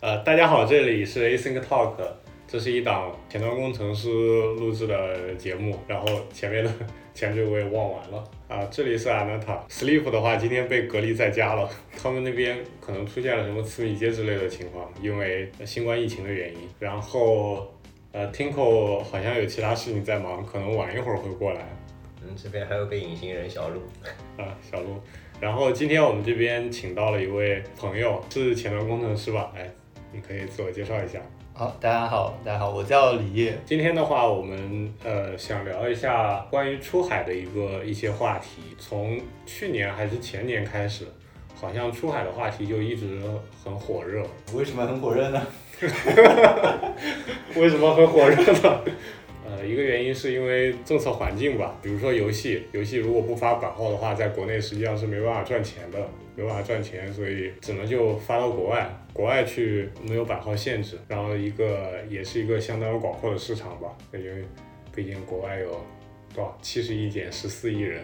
呃，大家好，这里是 Async Talk，这是一档前端工程师录制的节目，然后前面的 前缀我也忘完了啊、这里是 Anata Sleep 的话，今天被隔离在家了， 他们那边可能出现了什么次密接之类的情况，因为新冠疫情的原因，然后。呃，Tinko 好像有其他事情在忙，可能晚一会儿会过来。嗯，这边还有个隐形人小鹿，啊，小鹿。然后今天我们这边请到了一位朋友，是前端工程师吧？哎，你可以自我介绍一下。好，大家好，大家好，我叫李烨。今天的话，我们呃想聊一下关于出海的一个一些话题。从去年还是前年开始，好像出海的话题就一直很火热。为什么很火热呢？ 为什么很火热呢？呃，一个原因是因为政策环境吧，比如说游戏，游戏如果不发版号的话，在国内实际上是没办法赚钱的，没办法赚钱，所以只能就发到国外，国外去没有版号限制，然后一个也是一个相当广阔的市场吧，因为毕竟国外有多少七十亿减十四亿人，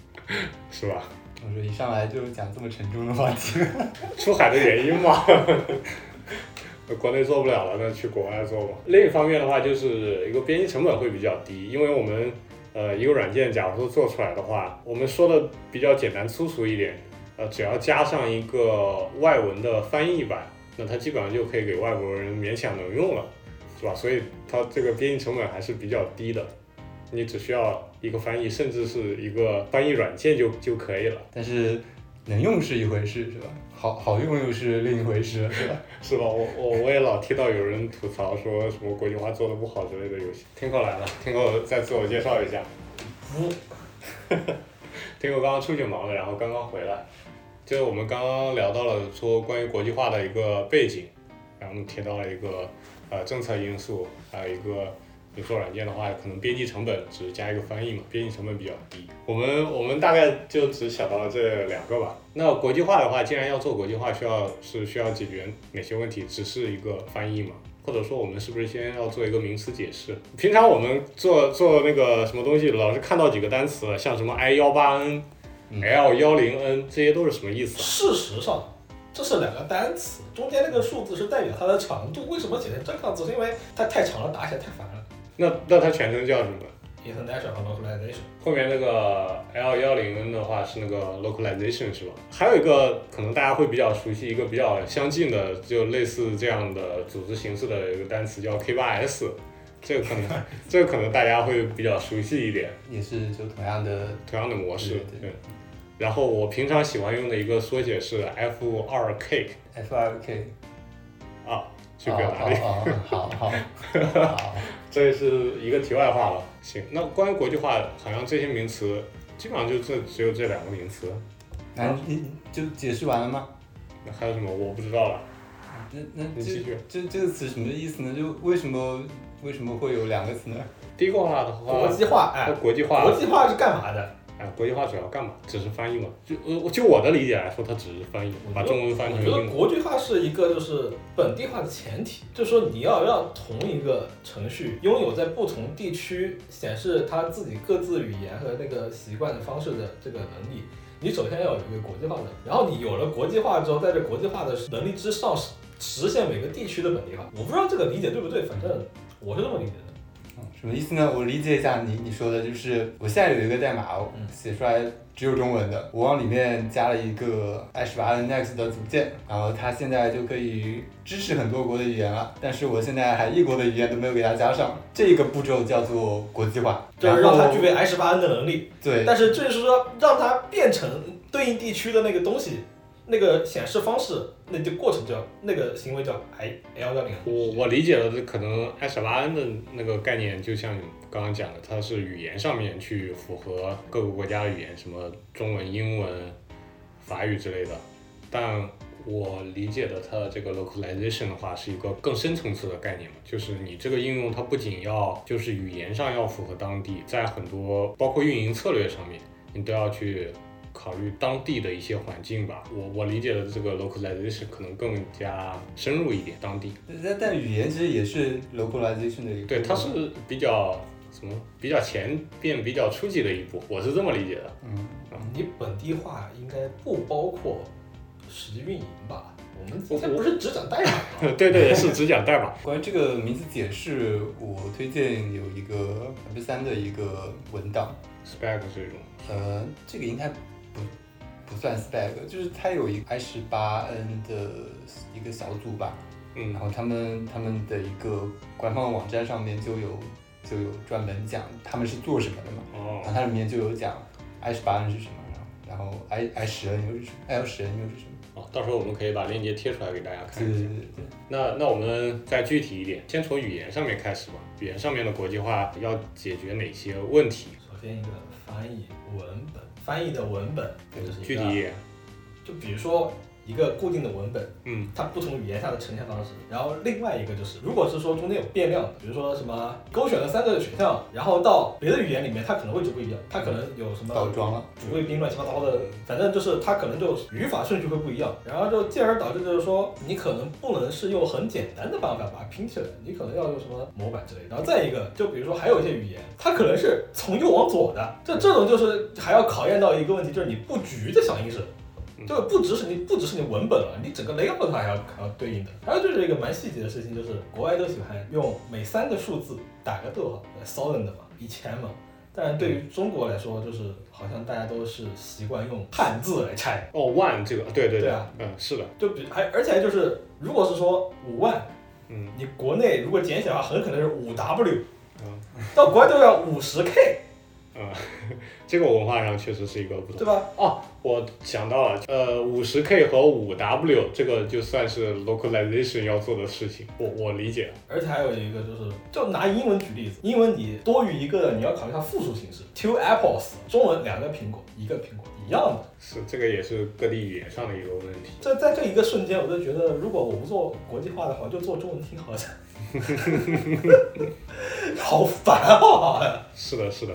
是吧？我说一上来就讲这么沉重的话题， 出海的原因嘛。国内做不了了，那去国外做吧。另一方面的话，就是一个编辑成本会比较低，因为我们呃一个软件，假如说做出来的话，我们说的比较简单粗俗一点，呃，只要加上一个外文的翻译版，那它基本上就可以给外国人勉强能用了，是吧？所以它这个编译成本还是比较低的，你只需要一个翻译，甚至是一个翻译软件就就可以了。但是能用是一回事，是吧？好好用又是另一回事，是吧？ 是吧？我我我也老听到有人吐槽说什么国际化做的不好之类的游戏。听口来了，听口再自我介绍一下。 听口刚刚出去忙了，然后刚刚回来。就是我们刚刚聊到了说关于国际化的一个背景，然后提到了一个呃政策因素，还有一个你做软件的话，可能编辑成本只加一个翻译嘛，编辑成本比较低。我们我们大概就只想到了这两个吧。那国际化的话，既然要做国际化，需要是需要解决哪些问题？只是一个翻译嘛？或者说我们是不是先要做一个名词解释？平常我们做做那个什么东西，老是看到几个单词，像什么 I 幺八 N、L 幺零 N，这些都是什么意思啊？事实上，这是两个单词，中间那个数字是代表它的长度。为什么写成这个样子？是因为它太长了，打起来太烦了。那那它全称叫什么？ International localization 后面那个 L 幺零 N 的话是那个 localization 是吧？还有一个可能大家会比较熟悉，一个比较相近的，就类似这样的组织形式的一个单词叫 K 八 S，这个可 能这个可能大家会比较熟悉一点，也是就同样的，同样的模式。对对然后我平常喜欢用的一个缩写是 F 二 K F R K 啊，去表达这个。哦哦哦，好好好， 这是一个题外话了。行，那关于国际化，好像这些名词基本上就这只有这两个名词，那你你就解释完了吗？那还有什么我不知道了。那那你继这续这这个词什么意思呢？就为什么为什么会有两个词呢？第一个话的话，国际化，那哎，国际化，国际化是干嘛的？哎，国际化主要干嘛？只是翻译嘛。就我就我的理解来说，它只是翻译，我觉得把中文翻我成觉得英文。国际化是一个就是本地化的前提，就是说你要让同一个程序拥有在不同地区显示它自己各自语言和那个习惯的方式的这个能力，你首先要有一个国际化的，然后你有了国际化之后，在这国际化的能力之上实实现每个地区的本地化。我不知道这个理解对不对，反正我是这么理解的。嗯什么意思呢？我理解一下你你说的，就是我现在有一个代码，我嗯写出来只有中文的，我往里面加了一个 h 8 n x 的组件，然后它现在就可以支持很多国的语言了，但是我现在还一国的语言都没有给它加上，这个步骤叫做国际化，就是然让后它具备 I 十八 N 的能力，对但是就是说让它变成对应地区的那个东西，那个显示方式，那就过程叫那个行为叫 I L 幺零。我我理解的这可能 S 八 N 的那个概念，就像你刚刚讲的，它是语言上面去符合各个国家的语言，什么中文、英文、法语之类的。但我理解的它的这个 localization 的话，是一个更深层次的概念嘛，就是你这个应用它不仅要就是语言上要符合当地，在很多包括运营策略上面，你都要去考虑当地的一些环境吧。我我理解的这个 localization 可能更加深入一点，当地。但但语言其实也是 localization 的一个，对，它是比较什么比较前变比较初级的一步，我是这么理解的。 嗯，你本地化应该不包括实际运营吧？我们今天不是只讲代码吗？对对，是只讲代码。关于这个名字解释，我推荐有一个 Web 三的一个文档， spec 这种，呃，这个应该不不算 spec，就是它有一个 i 十八 n 的一个小组吧，嗯然后他们他们的一个官方网站上面就有就有专门讲他们是做什么的嘛，然后哦，它里面就有讲 i 十八 n 是什么，然后然后 i i 十 n 又是什么，l 十 n 又是什么，哦，到时候我们可以把链接贴出来给大家看一对对下。对对对。那那我们再具体一点，先从语言上面开始吧。语言上面的国际化要解决哪些问题？首先一个翻译文本，翻译的文本就是一个具体一点，就比如说一个固定的文本，嗯，它不同语言下的呈现方式。然后另外一个就是，如果是说中间有变量的，比如说什么勾选了三个选项，然后到别的语言里面，它可能位置不一样，它可能有什么倒装了，主谓宾乱七八糟的，反正就是它可能就语法顺序会不一样，然后就进而导致就是说你可能不能是用很简单的办法把它拼起来，你可能要用什么模板之类的。然后再一个，就比如说还有一些语言，它可能是从右往左的，这这种就是还要考验到一个问题，就是你布局的响应是。就不只是你，不只是你文本了，你整个 layout 它还要还要对应的。还有就是一个蛮细节的事情，就是国外都喜欢用每三个数字打个逗号来 thousand 嘛，一千嘛。但是对于中国来说，就是好像大家都是习惯用汉字来拆，哦，one 这个，对对对啊，嗯，是的，就比还而且就是，如果是说五万，嗯，你国内如果简写的话，很可能是五 W，嗯到国外都要五十 K，这个文化上确实是一个不同。对吧？哦，我想到了，呃，五十 K 和五 W 这个就算是 localization 要做的事情，我我理解了。而且还有一个就是，就拿英文举例子，英文你多于一个，你要考虑它复数形式，two apples，中文两个苹果，一个苹果一样的。是这个也是各地语言上的一个问题。这在这一个瞬间，我就觉得，如果我不做国际化的话，就做中文挺好的。 好烦啊！是的，是的，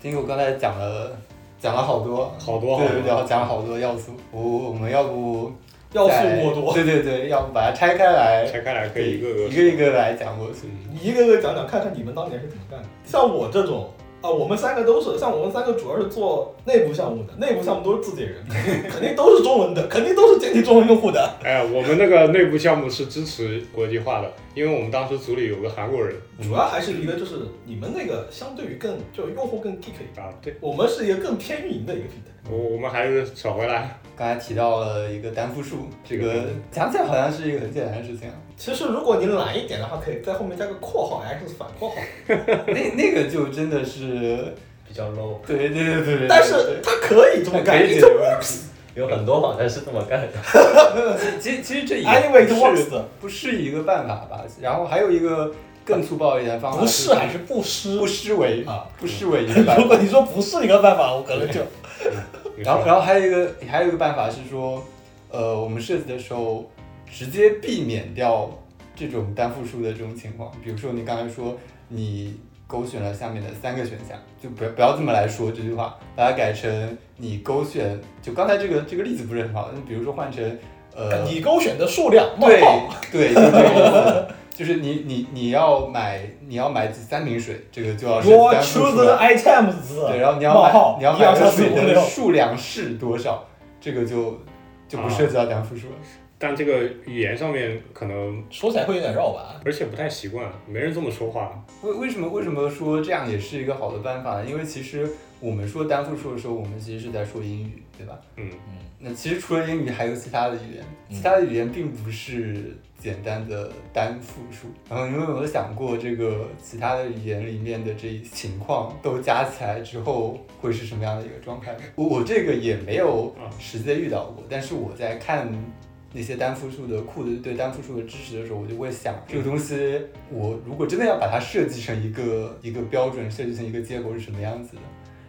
经过刚才讲了讲了好多，好多好对，然多。后讲了好多要素，我我们要不要素再过多，对对对，要不把它拆开来，拆开来可以一个一个个一个来讲过去。嗯你一个个讲讲，看看你们当年是怎么干的。像我这种啊，我们三个都是，像我们三个主要是做内部项目的，内部项目都是自己人，肯定都是中文的，肯定都是兼体中文用户的。哎，我们那个内部项目是支持国际化的，因为我们当时组里有个韩国人主要还是一个就是你们那个相对于更就用户更 geek，一点啊，对我们是一个更偏运营的一个平台。我我们还是扯回来，刚才提到了一个单复数，这这个个讲起来好像是一个很简单的事情啊，其实如果你懒一点的话，可以在后面加个括号 x 反括号。那那个就真的是，比较 low，对对对对对，对但是它可以这么干可以解决问题。有很多网站是这么干的。 其实其实这也，anyway it 不是 works，不是一个办法吧？然后还有一个更粗暴一点的方法，不是还是不失不失为啊？不失为一个办法 如。果你说不是一个办法，我可能就你然后，说然后还有一个，还有一个办法是说，呃，我们设计的时候直接避免掉这种单复数的这种情况。比如说你刚才说你勾选了下面的三个选项，就不要不要这么来说这句话，把它改成你勾选。就刚才这个这个例子不是很好，你比如说换成呃，你勾选的数量冒对号，对，就这个意思就是你你你要买你要买三瓶水，这个就要是 Your 单复数的 chosen items，对，然后你要啊冒买号你要一买二的三四水五的六，数量是多少，这个就就不涉及到单复数了。但这个语言上面可能，说起来会有点绕吧？而且不太习惯，没人这么说话。为为什么为什么说这样也是一个好的办法呢？因为其实我们说单复数的时候，我们其实是在说英语，对吧？嗯，那其实除了英语，还有其他的语言，嗯其他的语言并不是简单的单复数。然后你们有没有想过，这个其他的语言里面的这一情况都加起来之后会是什么样的一个状态呢？我我这个也没有啊实际遇到过，但是我在看。那些单复数的库的对单复数的知识的时候，我就会想，这个东西我如果真的要把它设计成一个一个标准，设计成一个结果是什么样子的？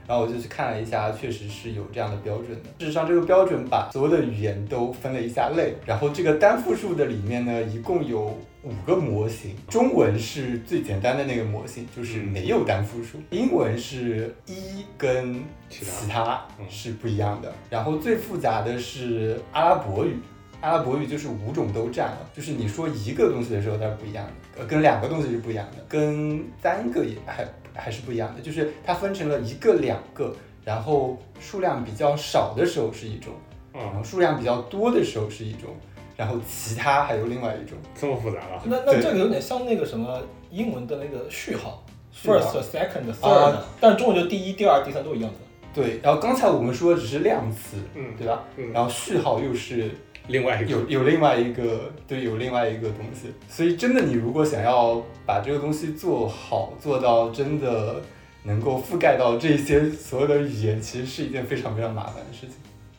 然后我就去看了一下，确实是有这样的标准的。事实上，这个标准把所有的语言都分了一下类，然后这个单复数的里面呢，一共有五个模型。中文是最简单的那个模型，就是没有单复数；英文是一跟其他其他嗯是不一样的。然后最复杂的是阿拉伯语。阿拉伯语就是五种都占了，就是你说一个东西的时候它是不一样的，呃，跟两个东西是不一样的，跟三个也还还是不一样的，就是它分成了一个、两个，然后数量比较少的时候是一种，然啊、后数量比较多的时候是一种，然后其他还有另外一种这么复杂啊？那那对这个有点像那个什么英文的那个序号序号啊，first、second、third，、但中文就第一、第二、第三都一样的。对，然后刚才我们说的只是量词，嗯对吧？嗯然后序号又是另外一个有有另外一个对，有另外一个东西。所以真的，你如果想要把这个东西做好，做到真的能够覆盖到这些所有的语言，其实是一件非常非常麻烦的事情。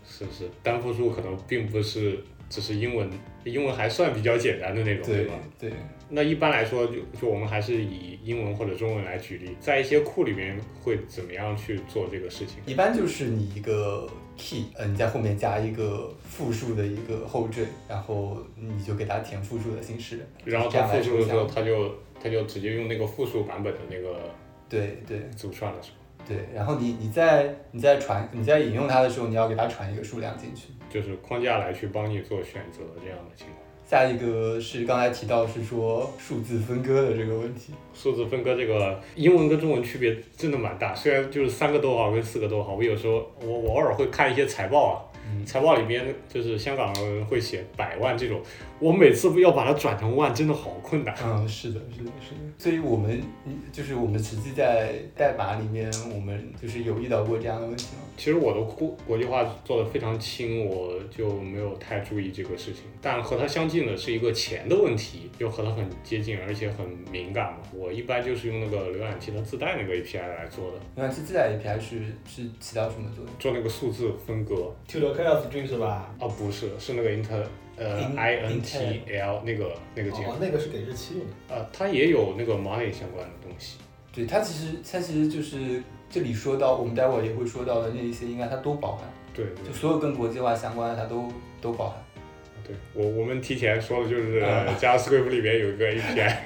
是是单复数可能并不是只是英文，英文还算比较简单的那种，对对吧？对，那一般来说，就就我们还是以英文或者中文来举例，在一些库里面会怎么样去做这个事情？一般就是你一个 key，呃，你在后面加一个复数的一个后缀，然后你就给它填复数的形式。然后这它样来复述的时抽候，象它就它就直接用那个复数版本的那个对对组串了，是吧？对，然后你你在你在传你在引用它的时候，你要给它传一个数量进去。就是框架来去帮你做选择这样的情况。下一个是刚才提到是说数字分割的这个问题，数字分割这个英文跟中文区别真的蛮大，虽然就是三个逗号跟四个逗号，我有时候我我偶尔会看一些财报啊，财报里面就是香港人会写百万这种，我每次要把它转成万，真的好困难。嗯，是的，是的，是的。所以我们嗯就是我们实际在代码里面，我们就是有遇到过这样的问题吗？其实我的国国际化做的非常轻，我就没有太注意这个事情。但和它相近的是一个钱的问题，又和它很接近，而且很敏感嘛。我一般就是用那个浏览器它自带那个 API 来做的，浏览器自带 API 是是起到什么作用？做那个数字分割。 Two chaos 君是吧？啊，不是，是那个 inter 呃 In- i n t l 那个那个键，哦，那个是给日期用的。呃，它也有那个 money 相关的东西。对，它其实它其实就是这里说到，我们待会儿也会说到的那一些，应该它都包含，对就对所有跟国际化相关的它都都包含。对，我我们提前说的就是啊 JavaScript 里面 有一个 API，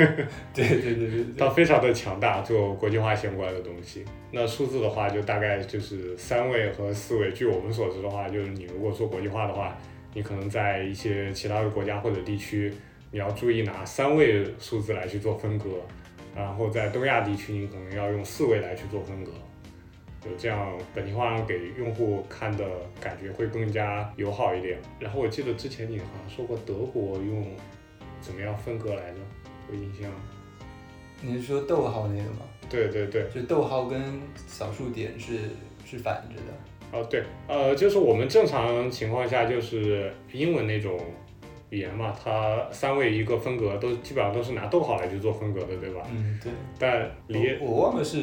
对对对对它非常的强大，做国际化相关的东西。那数字的话，就大概就是三位和四位。据我们所知的话，就是你如果做国际化的话，你可能在一些其他的国家或者地区，你要注意拿三位数字来去做分割，然后在东亚地区，你可能要用四位来去做分割。就这样，本地化给用户看的感觉会更加友好一点。然后我记得之前你好像说过德国用怎么样分割来着，有印象。你是说逗号那个吗？对对对，就逗号跟小数点是是反着的。哦，对，呃，就是我们正常情况下，就是英文那种语言嘛，它三位一个分隔都基本上都是拿逗号来去做分隔的，对吧？嗯，对。但离我我忘了是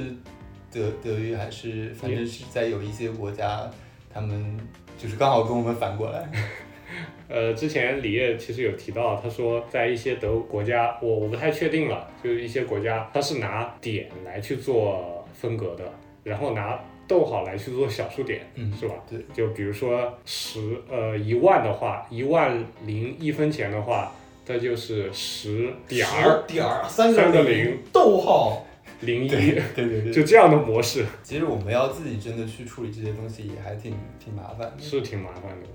德德语还是，反正是在有一些国家，他们就是刚好跟我们反过来。 呃，之前李烨其实有提到，他说在一些德国家，我我不太确定了，就是一些国家它是拿点来去做分隔的，然后拿逗号来去做小数点，嗯是吧？对，就比如说十呃一万的话，一万零一分钱的话，它就是十点儿。十点儿三三个个零，逗号。零 对一，对对对。就这样的模式其实我们要自己真的去处理这些东西，也还挺挺麻烦的。是挺麻烦的，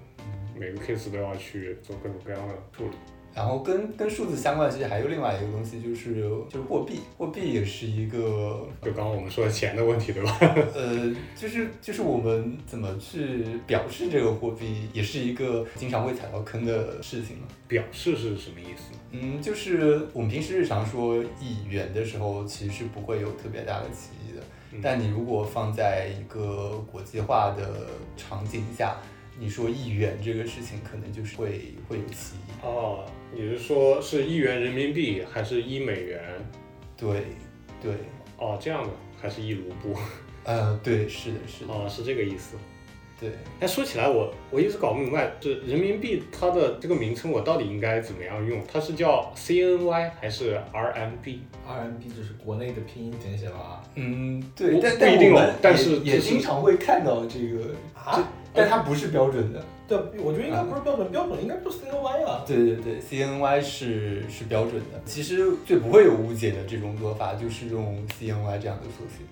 每个 case 都要去做各种各样的处理。然后跟跟数字相关，其实还有另外一个东西，就是就是货币，货币也是一个就刚刚我们说的钱的问题，对 吧？呃， 就是就是我们怎么去表示这个货币，也是一个经常会踩到坑的事情嘛。表示是什么意思？嗯，就是我们平时日常说一元的时候，其实是不会有特别大的歧义的。嗯但你如果放在一个国际化的场景下，你说一元这个事情，可能就是会会有歧义。哦，你是说是一元人民币还是一美元？对，对，哦，这样的还是一卢布？呃，对，是的，是的，哦，是这个意思。对。哎，说起来我我一直搞不明白，这人民币它的这个名称我到底应该怎么样用？它是叫 CNY 还是 RMB？ RMB 就是国内的拼音简写吧？嗯，不对，但不但一定我哦们但也是也就是经常会看到这个，啊这但它不是标准的。对，我觉得应该不是标准，标准应该不是 CNY 啊。对对对，CNY 是是标准的。其实最不会有误解的这种做法，就是用 CNY 这样的缩写。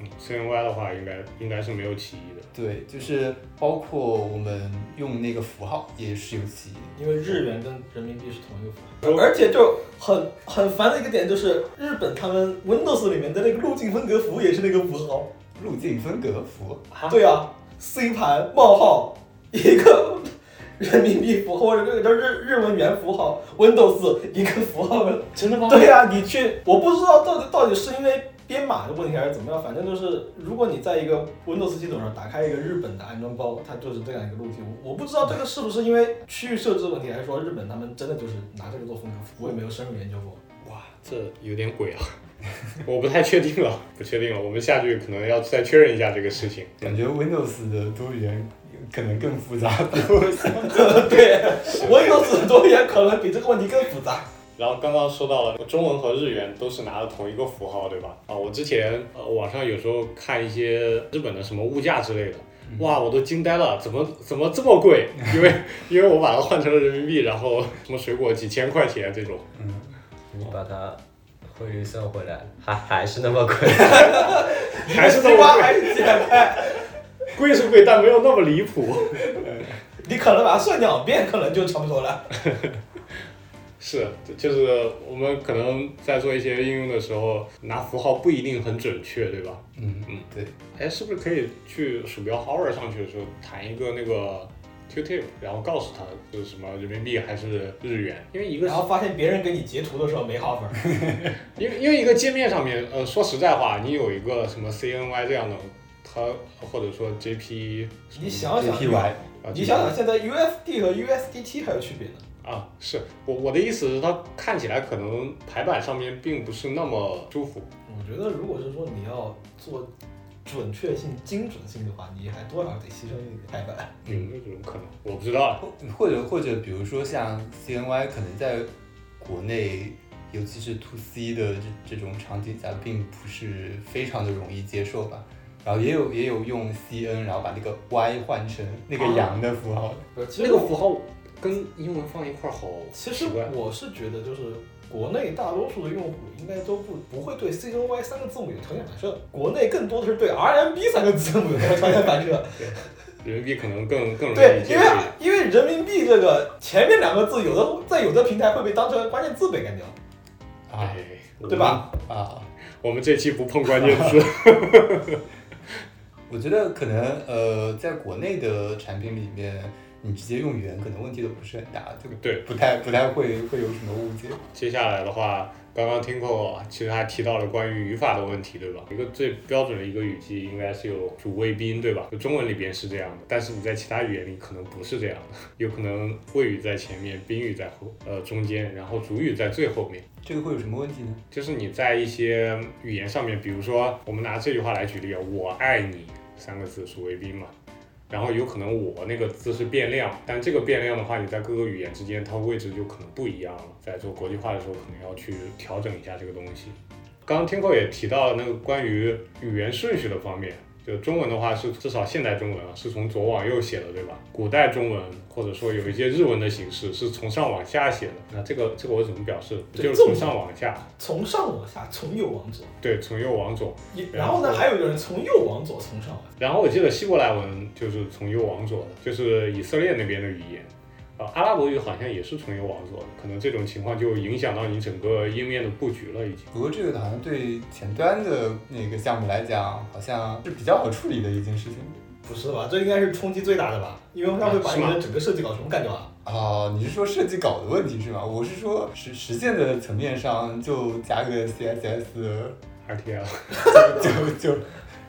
嗯，CNY 的话应该应该是没有歧义的。对，就是包括我们用那个符号也是有歧义的。因为日元跟人民币是同一个符号，而且就很很烦的一个点就是，日本他们 Windows 里面的那个路径分隔符也是那个符号。路径分隔符，对啊，C 盘冒号一个人民币符号或者那个叫日日文原符号 Windows 一个符 号的真的吗？对呀、你去，我不知道到底到底是因为编码的问题还是怎么样，反正就是如果你在一个 Windows 系统上打开一个日本的安装包，它就是这样一个路径。我我不知道这个是不是因为区域设置问题，还是说日本他们真的就是拿这个做风格，我也没有深入研究过。 哇，这有点鬼啊！ 我不太确定了， 不确定了。我们下去可能要再确认一下这个事情。感觉 Windows 的多语言可能更复杂，比我想对，Windows 多元可能比这个问题更复杂。然后刚刚说到了中文和日元都是拿的同一个符号，对吧？啊，我之前呃网上有时候看一些日本的什么物价之类的，哇，我都惊呆了，怎么怎么这么贵？ 因为因为我把它换成了人民币，然后什么水果几千块钱这种，你把它汇率算回来，还还是那么贵。还是 西这瓜么贵，还是鸡蛋，贵是贵，但没有那么离谱。你可能把它算两遍，可能就差不多了。是，就就是我们可能在做一些应用的时候，拿符号不一定很准确，对吧？嗯嗯嗯，对，哎，是不是可以去鼠标 hover 上去的时候弹一个那个 Q tip，然后告诉他就是什么人民币还是日元？因为一个然后发现别人给你截图的时候没 offer， 因为因为一个界面上面，呃，说实在话，你有一个什么 CNY 这样的，它或者说 JP，你想想 GPY 啊你想想，现在 USD 和 USDT 还有区别呢。啊，是我我的意思是，它看起来可能排版上面并不是那么舒服。我觉得，如果是说你要做准确性、精准性的话，你还多少得牺牲一点排版。有没有这种可能？我不知道啊。或 或者或者比如说像 CNY，可能在国内，尤其是 to C 的这这种场景下，并不是非常的容易接受吧。然后也有也有用 CN，然后把那个 Y 换成那个羊的符号。不呃是，其那实个我符号跟英文放一块儿好其实奇怪我是觉得，就是国内大多数的用户应该都不不会对 CNY 三个字母有条件反射，国内更多的是对 RMB 三个字母有条件反射。人民币可能更更容易对，接因受为一点。因为人民币这个前面两个字，有的在有的平台会被当成关键字被干掉，啊哎对？吧？啊！我们这期不碰关键词。 我觉得可能呃，在国内的产品里面，你直接用语言可能问题都不是很大，就对，不太不太会会有什么误解。接下来的话，刚刚听过，其实还提到了关于语法的问题，对吧？一个最标准的一个语句应该是有主谓宾，对吧？就中文里边是这样的，但是你在其他语言里可能不是这样的，有可能谓语在前面，宾语在后呃中间，然后主语在最后面。这个会有什么问题呢？就是你在一些语言上面，比如说我们拿这句话来举例啊，“我爱你”三个字属谓宾嘛，然后有可能我那个字是变量，但这个变量的话，你在各个语言之间它位置就可能不一样了。在做国际化的时候，可能要去调整一下这个东西。刚刚听过也提到了那个关于语言顺序的方面，就中文的话是至少现代中文啊是从左往右写的，对吧？古代中文或者说有一些日文的形式是从上往下写的，那这个这个我怎么表示？对就是这么从上往下。从上往下，从右往左。对，从右往左。也然后呢，还有一个人从右往左，从上往下。然后我记得希伯来文就是从右往左的，就是以色列那边的语言。呃，阿拉伯语好像也是从右往左的，可能这种情况就影响到你整个页面的布局了，已经。不过这个好像对前端的那个项目来讲，好像是比较好处理的一件事情。不是吧？这应该是冲击最大的吧？因为他会把你是吗的整个设计稿全部干掉啊。啊、你是说设计稿的问题是吗？我是说实实现的层面上，就加个 CSS ，RTL 就就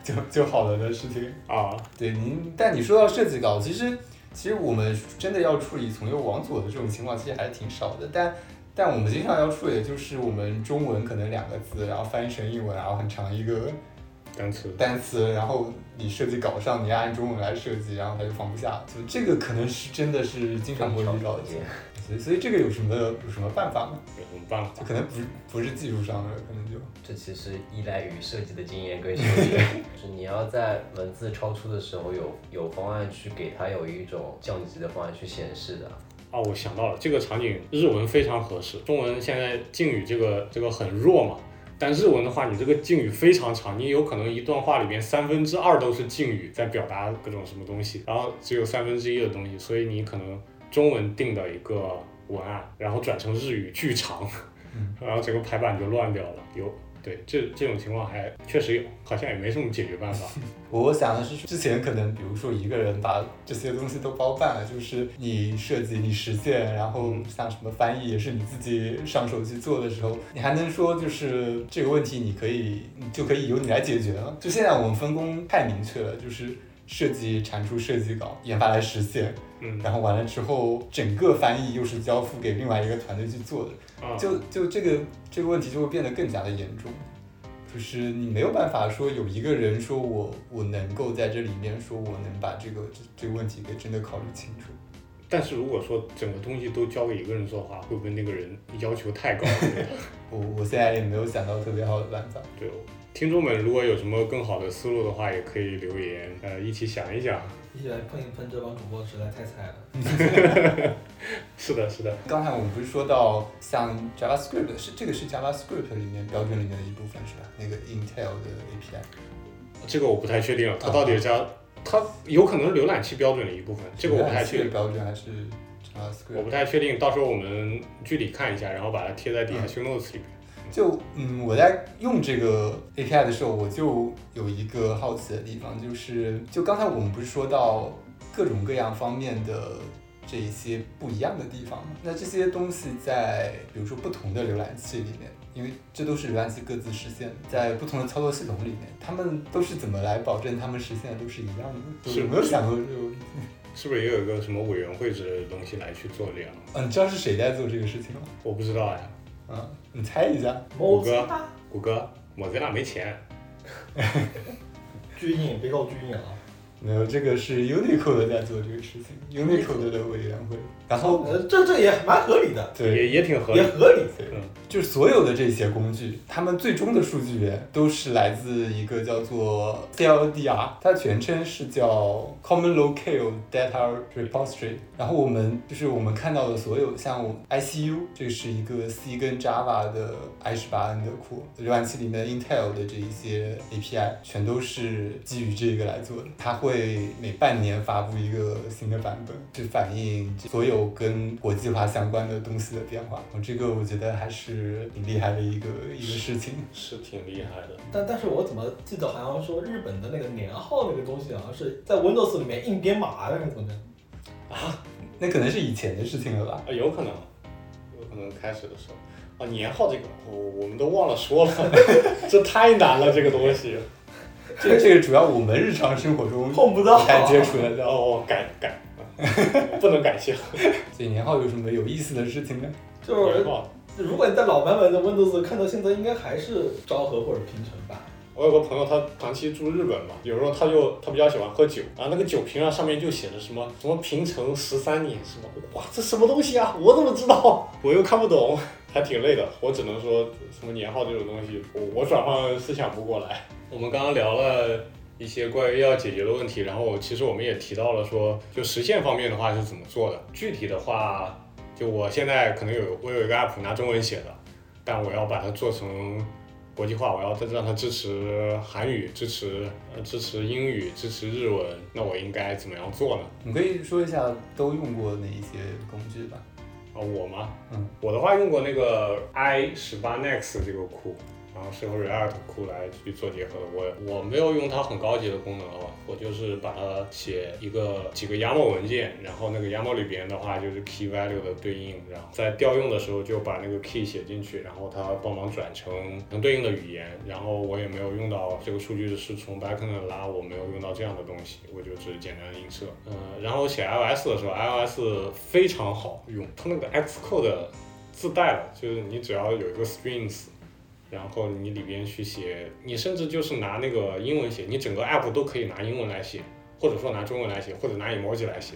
就就好了的事情。啊，对您，但你说到设计稿，其实其实我们真的要处理从右往左的这种情况，其实还是挺少的。但但我们经常要处理的就是我们中文可能两个字，然后翻译成英文，然后很长一个单词。单词，然后你设计稿上你要按中文来设计，然后它就放不下。就这个可能是真的是经常会遇到的情况。所以所以这个有什么有什么办法吗？有什么办就法？可能不是不是技术上的，可能就这其实依赖于设计的经验 跟修炼，就是你要在文字超出的时候有有方案去给它有一种降级的方案去显示的。啊，我想到了，这个场景日文非常合适。中文现在敬语这个这个很弱嘛，但日文的话，你这个敬语非常长，你有可能一段话里面三分之二都是敬语在表达各种什么东西，然后只有三分之一的东西，所以你可能中文定的一 个文案，然后转成日语巨长，然后整个排版就乱掉了。有对，这这种情况还确实有，好像也没什么解决办法。我想的是，之前可能比如说一个人把这些东西都包办了，就是你设计、你实现，然后像什么翻译也是你自己上手去做的时候，你还能说就是这个问题你可以你就可以由你来解决了。就现在我们分工太明确了，就是设计产出设计稿，研发来实现，嗯，然后完了之后整个翻译又是交付给另外一个团队去做的，啊就就这个这个问题就会变得更加的严重，就是你没有办法说有一个人说我我能够在这里面说我能把这个这这个问题给真的考虑清楚。但是如果说整个东西都交给一个人做的话，会不会那个人要求太高了？我我现在也没有想到特别好的办法。对，听众们如果有什么更好的思路的话，也可以留言，呃，一起想一想。一起来喷一喷这帮主播实在太菜了。是的，是的，刚才我们不是说到像 JavaScript 是这个是 JavaScript 里面标准里面的一部分是吧？那个 Intel 的 API。这个我不太确定了，啊它到底加，它有可能是浏览器标准的一部分，这个我不太确定是。标准还是我不 JavaScript？太确定，到时候我们具体看一下，然后把它贴在底下 show notes 里面。就嗯，我在用这个 API 的时候，我就有一个好奇的地方，就是就刚才我们不是说到各种各样方面的这一些不一样的地方吗？那这些东西在比如说不同的浏览器里面，因为这都是浏览器各自实现的，在不同的操作系统里面，他们都是怎么来保证他们实现的都是一样的？是有没有想过这个问题？是不是也有一个什么委员会之类的东西来去做这样？嗯、你知道是谁在做这个事情吗？我不知道呀。嗯，你猜一下。谷歌，谷歌，我在那没钱。巨硬，别告巨硬啊！没有，这个是 Unicode 在做这个事情，Unicode 的委员会。然后，呃，这这也蛮合理的，对，也也挺合理也。合理。对嗯，就是所有的这些工具，它们最终的数据源都是来自一个叫做 CLDR，它全称是叫 Common Locale Data Repository。然后我们就是我们看到的所有，像我 ICU，这是一个 C 跟 Java 的 i 十八 N 的库，浏览器里面的 Intel 的这一些 API 全都是基于这个来做的。它会每半年发布一个新的版本，去反映所有跟国际化相关的东西的变化。我这个我觉得还是挺厉害的一个一个事情。是挺厉害的。但但是我怎么记得好像说日本的那个年号那个东西，好像是在 Windows 里面硬编码的那种的。那可能是以前的事情了吧？ 啊，有可能，有可能开始的时候啊，年号这个我、我们都忘了说了， 这太难了，这个东 西。这个这个主要我们日常生活中碰不不到。太接触得然到。后哦改改，嗯不能感谢了，所以年号有什么有意思的事情呢？就是年号。如果你在老版本的 Windows 看到现在，应该还是昭和或者平成吧。我有个朋友，他长期住日本嘛，有时候他就他比较喜欢喝酒，啊然后那个酒瓶上上面就写着什么什么平成十三年什么，哇，这什么东西啊？我怎么知道？ 我又看不懂，还挺累的。我只能说什么年号这种东西，我我转换思想不过来。我们刚刚聊了。一些关于要解决的问题，然后其实我们也提到了说，就实现方面的话是怎么做的。具体的话，就我现在可能有我有一个 app 拿中文写的，但我要把它做成国际化，我要再让它支持韩语、支持呃支持英语、支持日文，那我应该怎么样做呢？你可以说一下都用过哪一些工具吧？啊，我吗？嗯，我的话用过那个 i 十八 next 这个库，然后是和 React 库来去做结合的。我我没有用它很高级的功能哦，我就是把它写一个几个 YAML 文件，然后那个 YAML 里边的话就是 key value 的对应，然后在调用的时候就把那个 key 写进去，然后它帮忙转成成对应的语言。然后我也没有用到这个数据是从 backend 拉，我没有用到这样的东西，我就只简单的映射。嗯，然后写 iOS 的时候，iOS 非常好用，它那个 Xcode 自带了，就是你只要有一个 strings，然后你里边去写，你甚至就是拿那个英文写，你整个 app 都可以拿英文来写，或者说拿中文来写，或者拿 emoji 来写，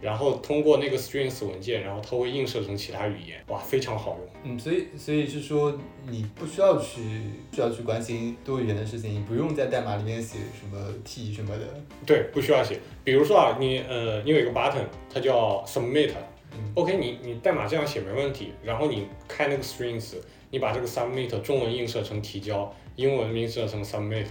然后通过那个 strings 文件，然后它会映射成其他语言，哇，非常好用。嗯，所以所以是说，你不需要去需要去关心多语言的事情，你不用在代码里面写什么 T 什么的。对，不需要写。比如说啊，你呃，你有一个 button，它叫 submit。嗯 OK，你你代码这样写没问题，然后你开那个 strings，你把这个 submit 中文映射成提交，英文映射成 submit，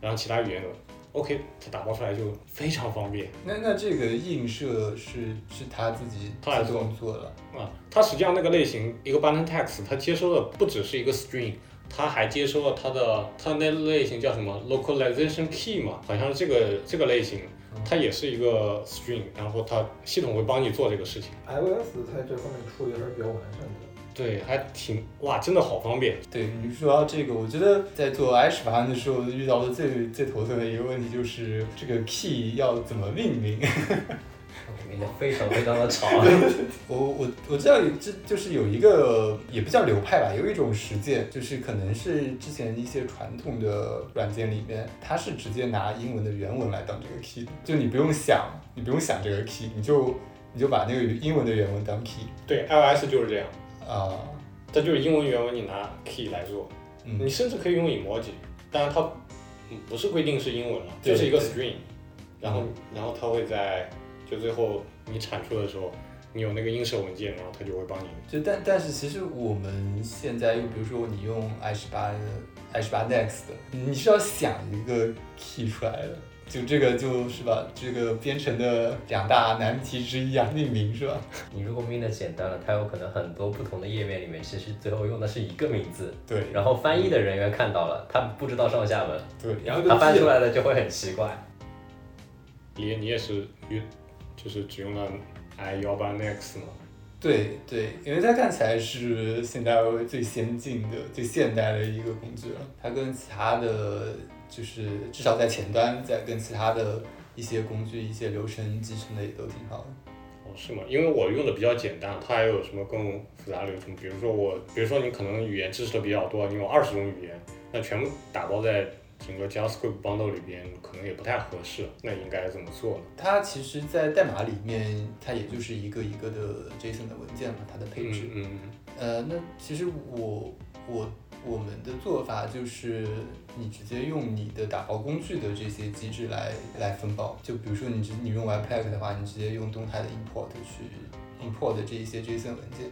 然后其他语言的 OK，它打包出来就非常方便那那这个映射是是他自己他来自动做的，啊。它实际上那个类型一个 button text，它接收的不只是一个 string，它还接收了它的它那类型叫什么 localization key 嘛，好像是这个这个类型，它也是一个 string，然后它系统会帮你做这个事情。 iOS 在这方面处理还是比较完善的。对，还挺哇，真的好方便。对你说到这个，我觉得在做 H 法案的时候遇到的最最头疼的一个问题就是这个 key 要怎么命名。明天非常非常的 吵。我我我知道有这就是有一个也不叫流派吧，有一种实践，就是可能是之前一些传统的软件里面，它是直接拿英文的原文来当这个 key，的就你不用想，你不用想这个 key，你就你就把那个英文的原文当 key 对，iOS 就是这样，啊、它就是英文原文你拿 key 来做，你嗯，甚至可以用 emoji，但是它嗯不是规定是英文了，对就是一个对嗯 string，然后然后它会在就最后你产出的时候，你有那个映射文件，然后它就会帮你。就但但是其实我们现在又比如说你用 i 十八 i 十八 next，你是要想一个 key 出来的。就这个就是吧，这个编程的两大难题之一啊，命名是吧？你如果命的简单了，它有可能很多不同的页面里面，其实最后用的是一个名字，对，然后翻译的人员看到了，他不知道上下文，对，然后就他翻记出来了的就会很奇怪。你你也是用就是只用了 i 幺八 next 嘛？对对，因为它看起来是现代 iOS 最先进的、最现代的一个工具了。它跟其他的，就是至少在前端，在跟其他的一些工具、一些流程集成的也都挺好的。哦，是吗？因为我用的比较简单，它还有什么更复杂流程？比如说我，比如说你可能语言知识的比较多，你有二十种语言，那全部打包在整个 JavaScript bundle 里边，可能也不太合适。那应该怎么做呢？它其实，在代码里面，它也就是一个一个的 JSON 的文件嘛，它的配嗯置。嗯，呃，那其实我我我们的做法就是，你直接用你的打包工具的这些机制来来分包。就比如说你直你用 Webpack 的话，你直接用动态的 import 去 import 这一些 JSON 文件，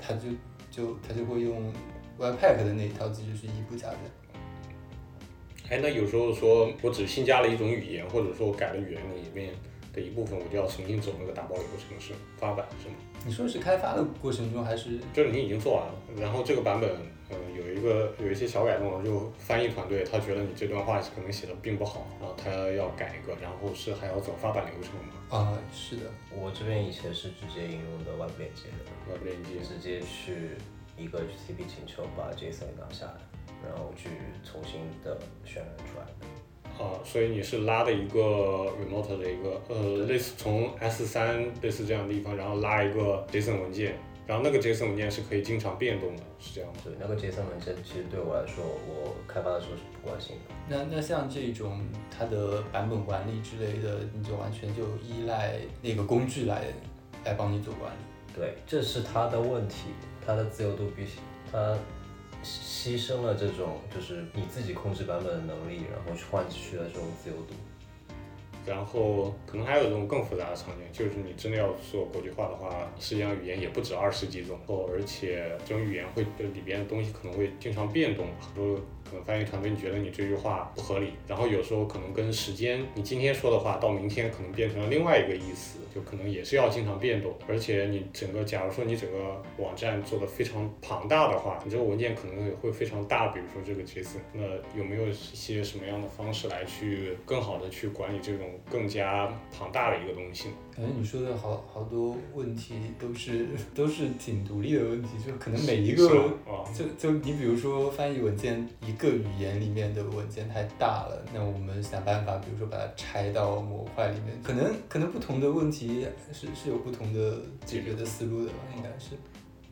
它就就它就会用 Webpack 的那一套机制去一步加载。哎，那有时候说我只新加了一种语言，或者说我改了语言里面的一部分，我就要重新走那个打包流程是吗发版是吗？你说是开发的过程中还是就是你已经做完了，然后这个版本，呃，有一个有一些小改动，然后就翻译团队他觉得你这段话可能写的并不好，然后他要改一个，然后是还要走发版流程嘛，啊、是的，我这边以前是直接引用的外部链接的，要呃链接。直接去一个 HTTP 请求把 JSON 拿下来，然后去重新的渲染出来。啊，所以你是拉的一个 remote 的一个呃，类似从 S 三类似这样的地方，然后拉一个 JSON 文件，然后那个 JSON 文件是可以经常变动的，是这样吗？对，那个 JSON 文件其实对我来说，我开发的时候是不关心的。那那像这种它的版本管理之类的，你就完全就依赖那个工具来来帮你做管理。对，这是他的问题，他的自由度必须他牺牲了这种就是你自己控制版本的能力，然后去换取了这种自由度。然后可能还有一种更复杂的场景，就是你真的要做国际化的话，实际上语言也不止二十几种，哦，而且这种语言会就里边的东西可能会经常变动，比如可能翻译团队觉得你这句话不合理，然后有时候可能跟时间，你今天说的话到明天可能变成了另外一个意思，就可能也是要经常变动，而且你整个假如说你整个网站做的非常庞大的话，你这个文件可能也会非常大，比如说这个 JSON，那有没有一些什么样的方式来去更好的去管理这种更加庞大的一个东西呢？感觉你说的好好多问题都是都是挺独立的问题，就可能每一是吧个啊，就就你比如说翻译文件，一个语言里面的文件太大了，那我们想办法，比如说把它拆到模块里面，可能可能不同的问题是是有不同的解决的思路的吧，应该是。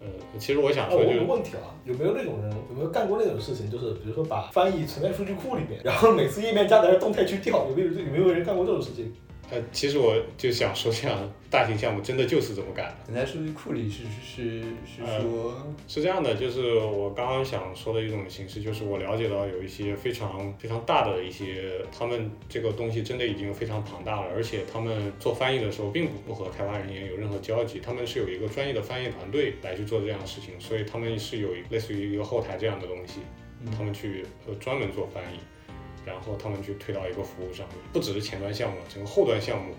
呃，其实我想哎，说我就有是个问题啊，有没有那种人，有没有干过那种事情？就是比如说把翻译存在数据库里面，然后每次页面加载是动态去调，有没有有没有人干过这种事情？呃，其实我就想 说，这样大型项目真的就是这么干的。存在数据库里是是是呃说，是这样的，就是我刚刚想说的一种形式，就是我了解到有一些非常非常大的一些，他们这个东西真的已经非常庞大了，而且他们做翻译的时候并不和开发人员有任何交集，他们是有一个专业的翻译团队来去做这样的事情，所以他们是有一类似于一个后台这样的东西，嗯他们去呃专门做翻译。然后他们去推到一个服务上面，不只是前端项目，整个后端项目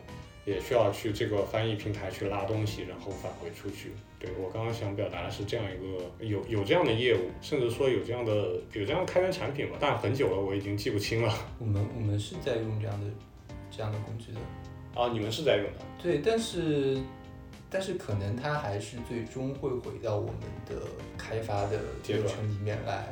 也需要去这个翻译平台去拉东西，然后返回出去。对我刚刚想表达的是这样一个有有这样的业务，甚至说有这样的有这样的开源产品吧，但很久了我已经记不清了。我们我们是在用这样的这样的工具的，啊，你们是在用的？对，但是但是可能它还是最终会回到我们的开发的阶流段程里面来。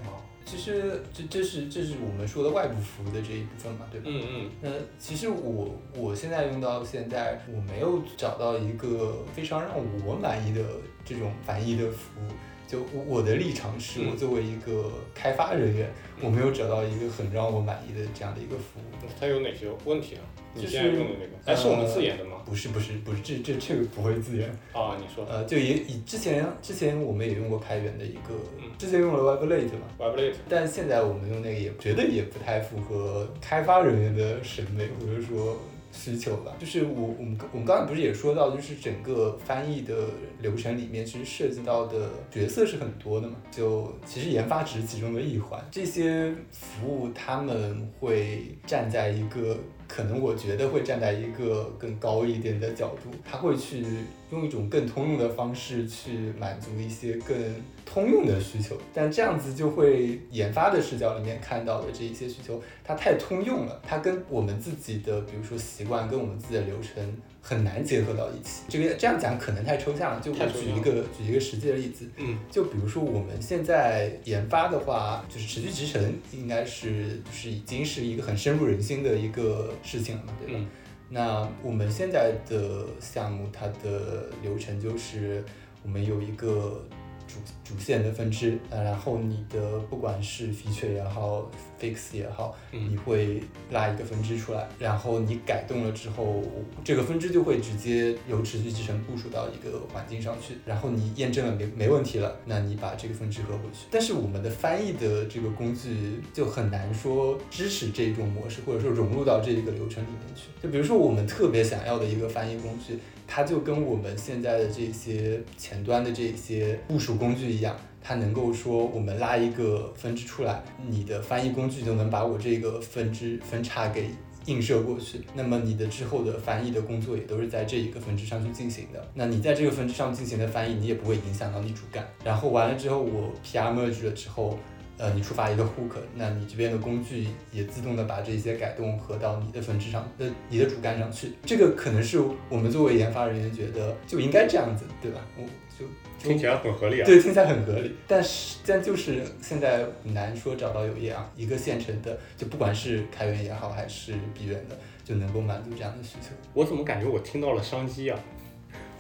其实这这是这是我们说的外部服务的这一部分嘛，对吧？嗯嗯，那其实我我现在用到现在，我没有找到一个非常让我满意的这种翻译的服务。就我我的立场是嗯我作为一个开发人员，我没有找到一个很让我满意的这样的一个服务。它有哪些问题呢？啊你就是现在用的那个，嗯哎，是我们自研的吗？不是不是不是，这这这个不会自研。啊，你说呃，就也以之前之前我们也用过开源的一个嗯，之前用了 Weblate 嘛， Weblate，但现在我们用那个也觉得也不太符合开发人员的审美或者说需求吧。就是我我们我们刚才不是也说到，就是整个翻译的流程里面，其实涉及到的角色是很多的嘛。就其实研发只是其中的一环，这些服务他们会站在一个。可能我觉得会站在一个更高一点的角度，他会去用一种更通用的方式去满足一些更通用的需求，但这样子就会研发的视角里面看到的这一些需求，它太通用了，它跟我们自己的比如说习惯跟我们自己的流程很难结合到一起。这个这样讲可能太抽象了，就我太抽举象一个举一个实际的例子，嗯，就比如说我们现在研发的话，就是持续集成应该是就是已经是一个很深入人心的一个事情了嘛，对吧？嗯那我们现在的项目，它的流程就是我们有一个主主线的分支，呃然后你的不管是 feature 也好，fix 也好，嗯你会拉一个分支出来，然后你改动了之后，这个分支就会直接由持续集成部署到一个环境上去，然后你验证了没没问题了，那你把这个分支合回去。但是我们的翻译的这个工具就很难说支持这种模式，或者说融入到这个流程里面去。就比如说我们特别想要的一个翻译工具，它就跟我们现在的这些前端的这些部署工具一样，它能够说我们拉一个分支出来，你的翻译工具就能把我这个分支分叉给映射过去，那么你的之后的翻译的工作也都是在这一个分支上去进行的。那你在这个分支上进行的翻译，你也不会影响到你主干。然后完了之后，我 PR merge 了之后。呃，你触发一个 hook，那你这边的工具也自动的把这些改动合到你的分支上，呃，你的主干上去。这个可能是我们作为研发人员觉得就应该这样子，对吧？我就就听起来很合理啊。对，听起来很合理，但是但就是现在很难说找到有一样一个现成的，就不管是开源也好，还是闭源的，就能够满足这样的需求。我怎么感觉我听到了商机啊？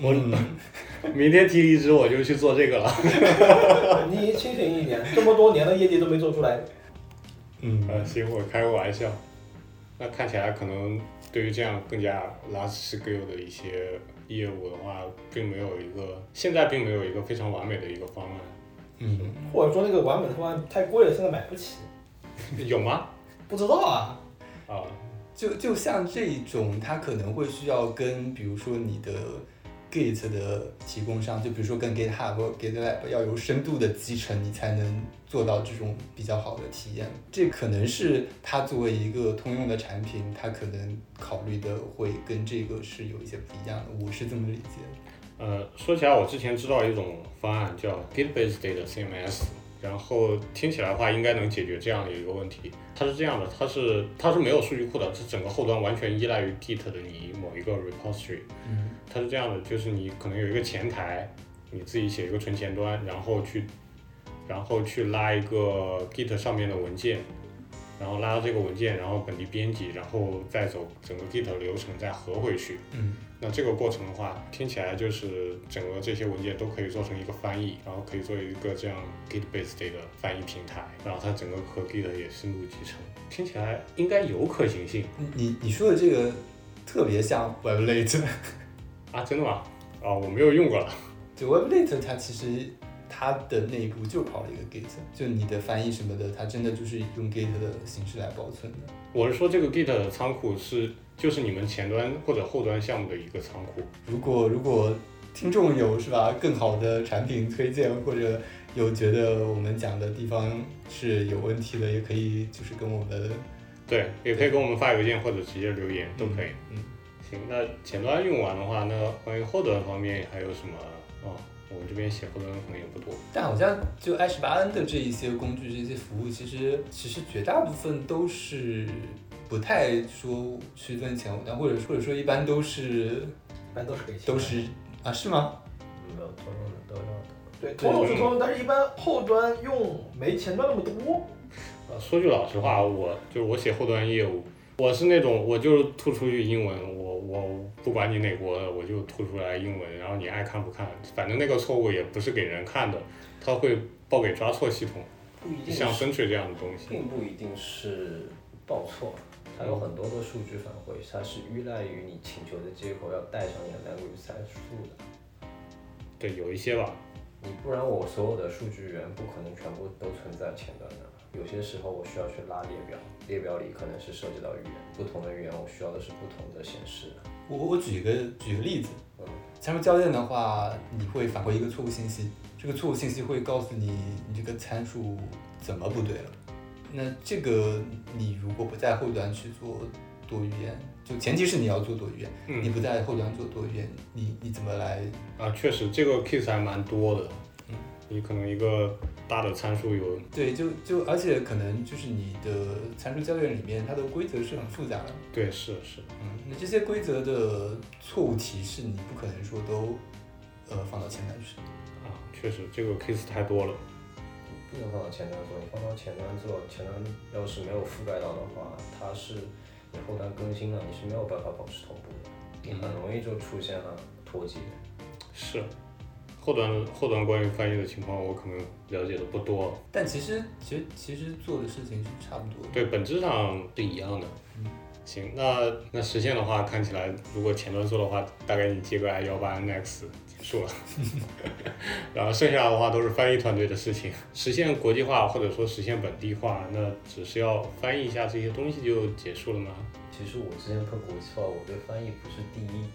我嗯，明天提离职我就去做这个了。你清醒一点，这么多年的业绩都没做出来，呃，嗯，行，我开个玩笑。那看起来可能对于这样更加 large scale 的一些业务的话，并没有一个现在并没有一个非常完美的一个方案， 嗯，或者说那个完美的方案太贵了，现在买不起。有吗？不知道啊，啊，就就像这种，它可能会需要跟比如说你的 Git 的提供商，就比如说跟 GitHub、GitLab 要有深度的集成，你才能做到这种比较好的体验。这可能是它作为一个通用的产品，它可能考虑的会跟这个是有一些不一样的。我是这么理解的。呃，说起来，我之前知道一种方案叫 Git-based data CMS，然后听起来的话应该能解决这样的一个问题。它是这样的，它是它是没有数据库的，这整个后端完全依赖于 Git 的你某一个 repository。嗯它是这样的，就是你可能有一个前台，你自己写一个纯前端，然后去，然后去拉一个 Git 上面的文件，然后拉到这个文件，然后本地编辑，然后再走整个 Git 流程再合回去。嗯那这个过程的话，听起来就是整个这些文件都可以做成一个翻译，然后可以做一个这样 Git-based 的一个翻译平台，然后它整个和 Git 也深度集成，听起来应该有可行性你你你说的这个特别像 Weblate，啊？真的吗？啊，我没有用过了。就 Weblate 它其实它的内部就跑了一个 Git，就你的翻译什么的，它真的就是用 Git 的形式来保存的。我是说，这个 Git 的仓库是就是你们前端或者后端项目的一个仓库。如果如果听众有是吧更好的产品推荐，或者有觉得我们讲的地方是有问题的，也可以就是跟我们对，也可以给我们发邮件或者直接留言都可以。嗯，行，那前端用完的话，那关于后端方面还有什么？哦，我们这边写后端可能也不多。但好像就 i 十八 n 的这一些工具、这些服务，其实其实绝大部分都是不太说区分前后端，或者或者说一般都是一般都是给钱都是啊是吗？没有通用的都要的。对通用是通用，但是一般后端用没前端那么多。呃，说句老实话，我就是我写后端业务，我是那种我就是吐出去英文，我我不管你哪国的，我就吐出来英文，然后你爱看不看，反正那个错误也不是给人看的，它会报给抓错系统，不一定像是，分水这样的东西。并不一定是报错，它有很多的数据反馈，它是依赖于你请求的接口要带上你的 language 参数的。对，有一些吧，你不然我所有的数据源不可能全部都存在前端的，有些时候我需要去拉列表，列表里可能是涉及到语言，不同的语言我需要的是不同的显示的。我我举个举个例子嗯，参数校验的话，你会反馈一个错误信息，这个错误信息会告诉你你这个参数怎么不对了。那这个你如果不在后端去做多语言，就前提是你要做多语言，嗯你不在后端做多语言，你你怎么来啊，确实这个 case 还蛮多的，你可能一个大的参数有对，就就而且可能就是你的参数校验里面，它的规则是很复杂的。对，是是，嗯，那这些规则的错误提示，你不可能说都呃放到前端去。啊，确实这个 case 太多了。你不能放到前端做，你放到前端做，前端要是没有覆盖到的话，它是你后端更新了，你是没有办法保持同步的，你很容易就出现了脱节。是，后端后端关于翻译的情况，我可能了解的不多。但其实其实其实做的事情是差不多的。对，本质上是一样的。行，那那实现的话，看起来如果前端做的话，大概你接个 I 幺八 NX 结束了，然后剩下的话都是翻译团队的事情。实现国际化或者说实现本地化，那只是要翻译一下这些东西就结束了吗？其实我之前碰国际化，啊我对翻译不是第一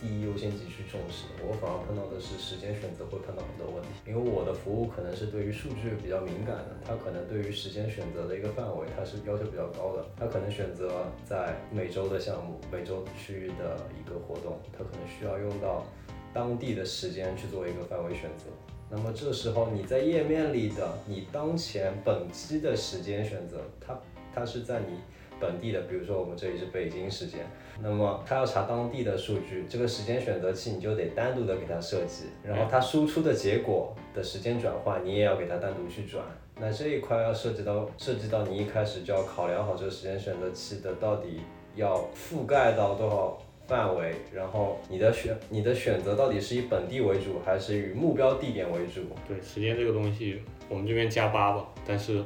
第一优先级去重视，我反而碰到的是时间选择会碰到很多问题，因为我的服务可能是对于数据比较敏感的，它可能对于时间选择的一个范围它是要求比较高的，它可能选择在每周的项目、每周区域的一个活动，它可能需要用到当地的时间去做一个范围选择。那么这时候你在页面里的你当前本期的时间选择，它它是在你本地的，比如说我们这里是北京时间，那么它要查当地的数据，这个时间选择器你就得单独的给它设计，然后它输出的结果的时间转换你也要给它单独去转。那这一块要涉及到涉及到你一开始就要考量好这个时间选择器的到底要覆盖到多少范围，然后你的选你的选择到底是以本地为主，还是以目标地点为主？对，时间这个东西，我们这边加八吧，但是。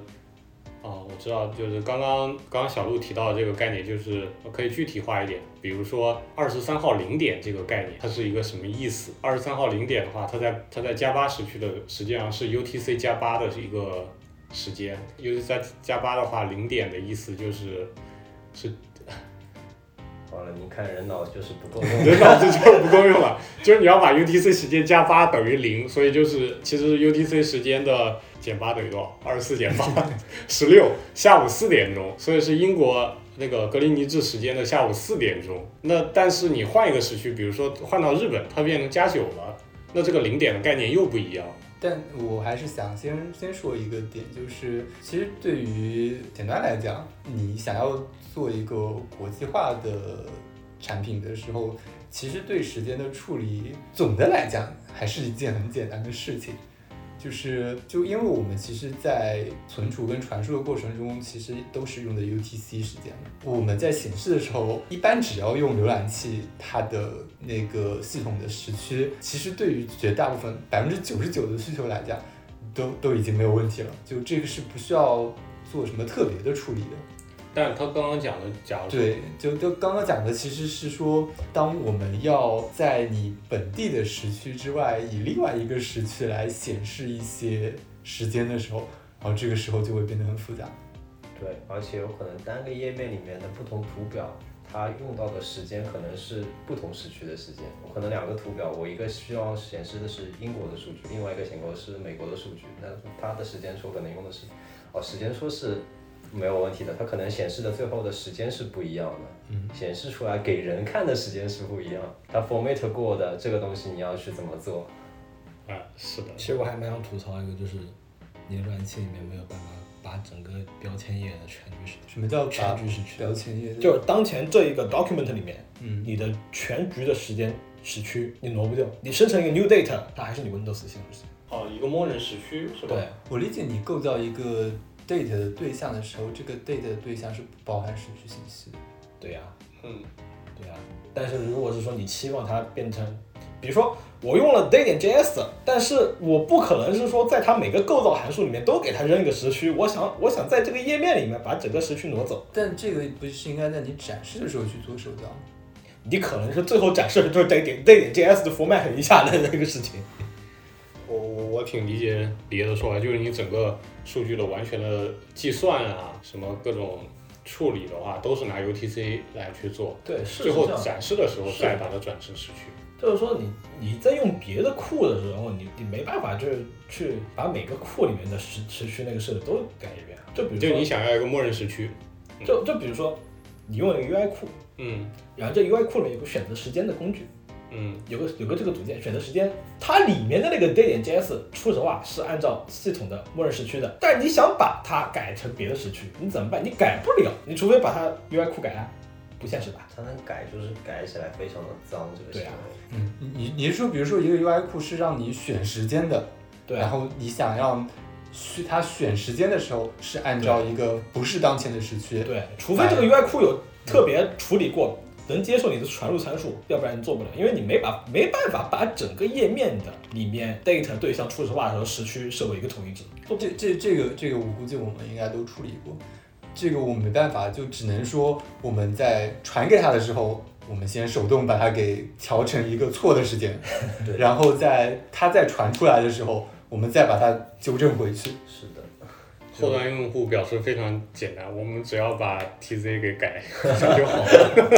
哦，我知道，就是刚刚刚刚小鹿提到的这个概念，就是可以具体化一点，比如说二十三号零点这个概念，它是一个什么意思？二十三号零点的话，它在它在加八时区的实际上是 UTC 加八的一个时间，UTC 加加八的话，零点的意思就是好了，你看人脑就是不 够用。人脑子就不够用了，就是你要把 UTC 时间加八等于零，所以就是其实 UTC 时间的减八等于多少？二十四减八，十六，下午四点钟，所以是英国那个格林尼治时间的下午四点钟。那但是你换一个时区，比如说换到日本，它变成加九了，那这个零点的概念又不一样。但我还是想先先说一个点，就是其实对于简单来讲，你想要做一个国际化的产品的时候，其实对时间的处理，总的来讲还是一件很简单的事情。就是就因为我们其实，在存储跟传输的过程中，其实都是用的 UTC 时间的。我们在显示的时候，一般只要用浏览器它的那个系统的时区，其实对于绝大部分百分之九十九的需求来讲，都都已经没有问题了。就这个是不需要做什么特别的处理的。但他刚刚讲的，假如对，就就刚刚讲的其实是说，当我们要在你本地的时区之外，以另外一个时区来显示一些时间的时候，然后这个时候就会变得很复杂。对，而且有可能单个页面里面的不同图表，它用到的时间可能是不同时区的时间。我可能两个图表，我一个需要显示的是英国的数据，另外一个显示的是美国的数据。那它的时间说可能用的是，哦，时间说是没有问题的，它可能显示的最后的时间是不一样的，嗯，显示出来给人看的时间是不一样。它 format 过的这个东西你要去怎么做？啊，是的，其实我还蛮想吐槽一个，就是你的浏览器里面没有办法把整个标签页的全局是什么叫全把局时区，标签页？就是当前这一个 document 里面，嗯，你的全局的时间时区你挪不掉，你生成一个 new date，它还是你 Windows 系统时间。哦，一个默认时区是吧？对，我理解你构造一个 date 的对象的时候，这个 date 的对象是不包含时序信息的。对呀、嗯，对呀、但是如果是说你期望它变成，比如说我用了 day 点 js，但是我不可能是说在它每个构造函数里面都给它扔一个时区，我想我想在这个页面里面把整个时区挪走，但这个不是应该在你展示的时候去做手脚吗？你可能是最后展示的就是 day 点 day 点 js 的 format 一下的那个事情。我我我挺理解李爷的说法，就是你整个数据的完全的计算啊，什么各种处理的话，都是拿 UTC 来去做，对，是最后展示的时候是再把它转成时区。就是说你你在用别的库的时候，你你没办法就是去把每个库里面的时时区那个设置都改一遍，就比如就说你想要一个默认时区，就就比如说你用了一个 UI 库，嗯然后这 UI 库里面有个选择时间的工具。嗯有个有个这个组件选择时间，它里面的那个 day 点 js，说实话是按照系统的默认时区的，但你想把它改成别的时区，你怎么办？你改不了，你除非把它 UI 库改了，不现实吧？它能改就是改起来非常的脏，这个对行啊为。，嗯，你你你是说，比如说一个 UI 库是让你选时间的，对然啊，后你想让去它选时间的时候是按照一个不是当前的时区，对，除非这个 UI 库有特别处理过，能接受你的传入参数，要不然你做不了，因为你没把没办法把整个页面的里面 date 对象初始化和时区设为一个统一值。这这这个这个我估计我们应该都处理过，这个我没办法，就只能说我们在传给他的时候，我们先手动把它给调成一个错的时间对然后在它再传出来的时候，我们再把它纠正回去。是的，后端用户表示非常简单，我们只要把 TZ 给 改就好了。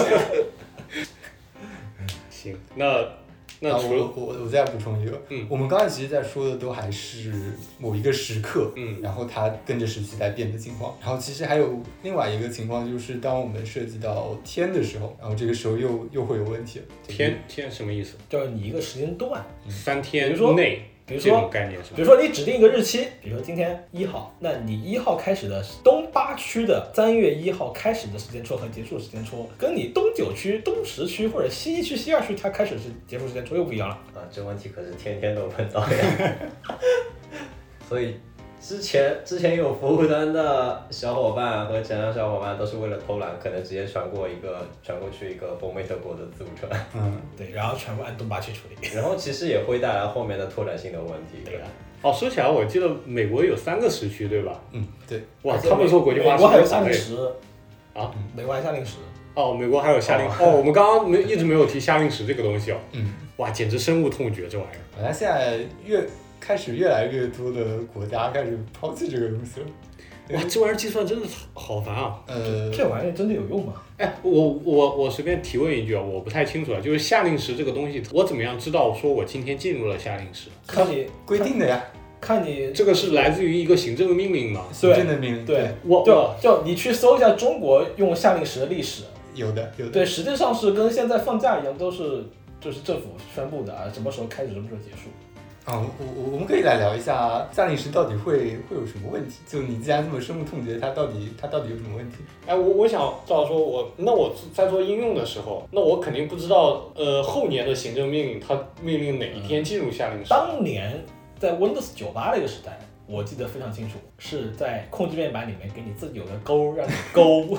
行，那那啊除了我我我再补充一个，嗯我们刚才其实在说的都还是某一个时刻，嗯然后它跟着时期在变的情况。然后其实还有另外一个情况，就是当我们涉及到天的时候，然后这个时候又又会有问题了。就是天天什么意思？就是你一个时间段，三比天如说内比如这说种概念是吧？比如说你指定一个日期，比如说今天一号，那你一号开始的东八区的三月一号开始的时间戳和结束时间戳，跟你东九区、东十区或者西一区、西二区它开始是结束时间戳又不一样了。啊，这问题可是天天都碰到呀。 所以之前之前有服务端的小伙伴和前端小伙伴都是为了偷懒，可能直接传过一个传过去一个 format 过的字母串，嗯，对，然后全部按东八区处理。 然后其实也会带来后面的拓展性的问题。对啊，哦，说起来，我记得美国有三个时区，对吧？嗯，对，哇，他们说哎国际化美哎国还有是夏很令累时啊。美国还有夏令时，哦，美国还有夏令哦，我们刚刚没一直没有提夏令时这个东西哦。嗯，哇，简直深恶痛绝这玩意儿。本来现在越开始越来越多的国家开始抛弃这个东西了。哇，这玩意儿计算真的好烦啊！呃，这玩意儿真的有用吗？哎，我我我随便提问一句啊，我不太清楚啊，就是夏令时这个东西，我怎么样知道说我今天进入了夏令时？看你规定的呀，看你这个是来自于一个行政的命令吗？行政的命令，对，我就我就你去搜一下中国用夏令时的历史，有的有的。对，实际上是跟现在放假一样，都是就是政府宣布的啊，什么时候开始，什么时候结束。啊、我我我们可以来聊一下夏令时到底会会有什么问题？就你既然这么深恶痛绝，它到底它到底有什么问题？哎，我我想知道说我，那我在做应用的时候，那我肯定不知道，呃，后年的行政命令它命令哪一天进入夏令时。当年在 Windows 九八那个时代，我记得非常清楚，是在控制面板里面给你自己有个勾，让你勾。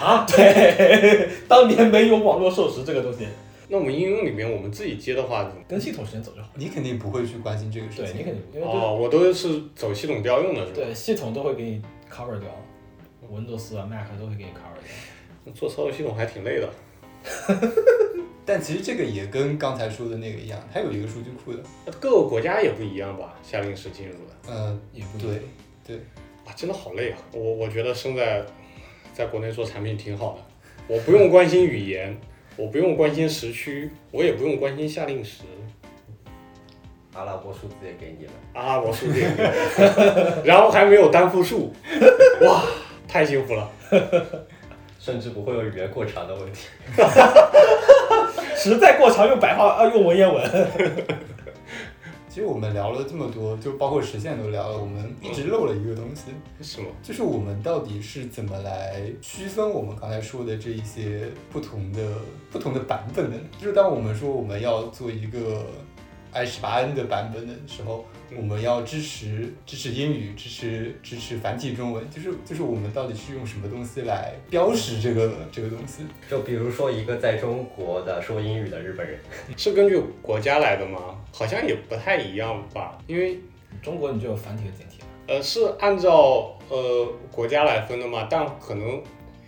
啊， 对，当年没有网络授时这个东西，那我们应用里面我们自己接的话，怎么？跟系统时间走就好。你肯定不会去关心这个事对情。你肯定不，因为这、哦，我都是走系统调用的是吧？对系统都会给你 cover 掉，Windows 啊 Mac 都会给你 cover 掉。做操作系统还挺累的。但其实这个也跟刚才说的那个一样，它有一个数据库的。各个国家也不一样吧？夏令时进入的呃，也不一定对，啊，真的好累啊！我我觉得生在在国内做产品挺好的，我不用关心语言，我不用关心时区，我也不用关心夏令时。阿拉伯数字也啊给你了， 阿拉伯数字也没有，然后还没有单复数，哇，太幸福了。甚至不会有语言过长的问题。 实在过长用白话啊，用文言文。其实我们聊了这么多，就包括实现都聊了，我们一直漏了一个东西，是吗？就是我们到底是怎么来区分我们刚才说的这一些不同的不同的版本的呢？就是当我们说我们要做一个 i 十八 n 的版本的时候，嗯我们要支持支持英语，支持支持繁体中文，就是就是我们到底是用什么东西来标识这个这个东西？就比如说一个在中国的说英语的日本人，是根据国家来的吗？好像也不太一样吧，因为中国你就有繁体和简体了。呃是按照呃国家来分的嘛，但可能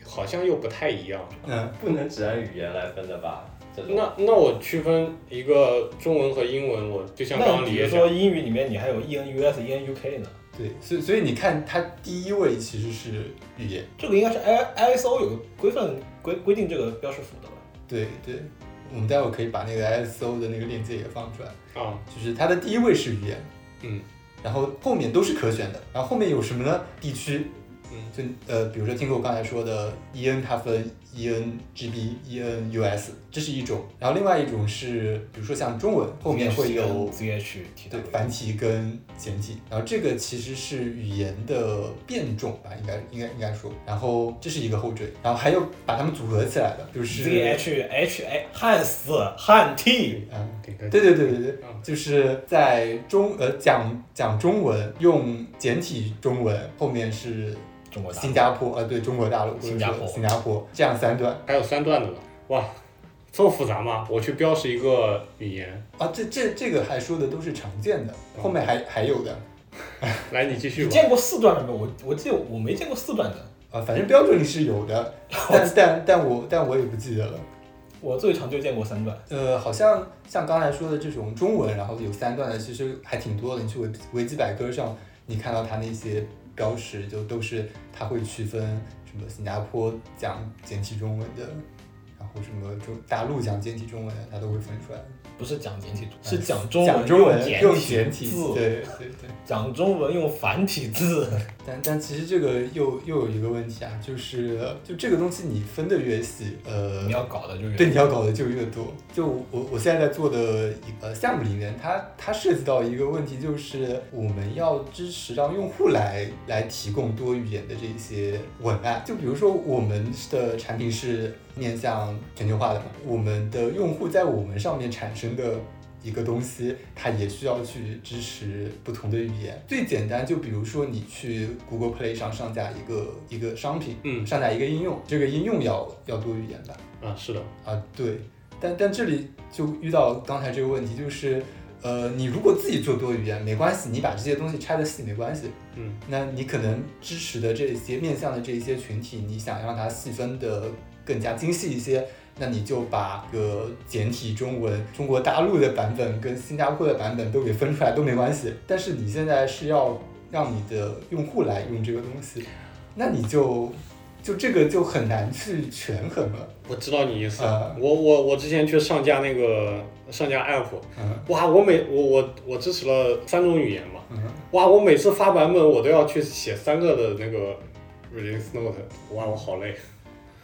好像又不太一样。嗯，不能只按语言来分的吧？这种那那我区分一个中文和英文，我就像刚那刚你李比如也讲说，英语里面你还有 E N U S E N U K 呢，对，所以所以你看，它第一位其实是语言，这个应该是 I I S O 有个规范规规定这个标识符的吧？对对。我们待会儿可以把那个 ISO 的那个链接也放出来。啊，就是它的第一位是语言，嗯，然后后面都是可选的，然后后面有什么呢？地区，嗯，就呃，比如说听过我刚才说的 E N 它分 E N G B、E N U S，这是一种，然后另外一种是，比如说像中文后面会有 Z H T 对繁体跟简体，然后这个其实是语言的变种吧，应该应该应该说，然后这是一个后缀，然后还有把它们组合起来的，就是 Z H H A 汉死汉 T，嗯。顶个对对对对对嗯，就是在中呃讲讲中文，用简体中文，后面是中国大陆新加坡呃对中国大陆，或者新加坡说新加坡这样三段还有三段的呢，哇，这么复杂吗？我去标识一个语言，啊，这这这个还说的都是常见的，后面还还有的来你继续你吧。见过四段了没有？我我记得我没见过四段的，啊，反正标准里是有的，但但但我但我也不记得了。我最长就见过三段。呃，好像像刚才说的这种中文，然后有三段的，其实还挺多的。你去维维基百科上，你看到它那些标识，就都是它会区分什么新加坡讲简体中文的，然后什么中大陆讲简体中文的，它都会分出来。不是讲简体字，是讲中嗯讲文中文简用体简体字，对对对。讲中文用繁体字。但但其实这个又又有一个问题啊，就是就这个东西你分的越细，呃，你要搞的就有对，你要搞的就越多。就我我现在在做的一个呃项目里面，它它涉及到一个问题，就是我们要支持让用户来来提供多语言的这一些文案。就比如说我们的产品是面向全球化的嘛，我们的用户在我们上面产生的。一个东西，它也需要去支持不同的语言。最简单，就比如说你去 Google Play 上上架一个一个商品，嗯上架一个应用，这个应用要要多语言吧？啊，是的，啊，对，但但这里就遇到刚才这个问题，就是，呃，你如果自己做多语言没关系，你把这些东西拆的细没关系，嗯，那你可能支持的这些面向的这一些群体，你想让它细分的更加精细一些，那你就把个简体中文、中国大陆的版本跟新加坡的版本都给分出来都没关系，但是你现在是要让你的用户来用这个东西，那你就就这个就很难去权衡了，我知道你意思。啊我我我之前去上架那个上架 app，嗯哇，我每我我我支持了三种语言嘛，嗯。哇，我每次发版本我都要去写三个的那个 release note，哇，我好累。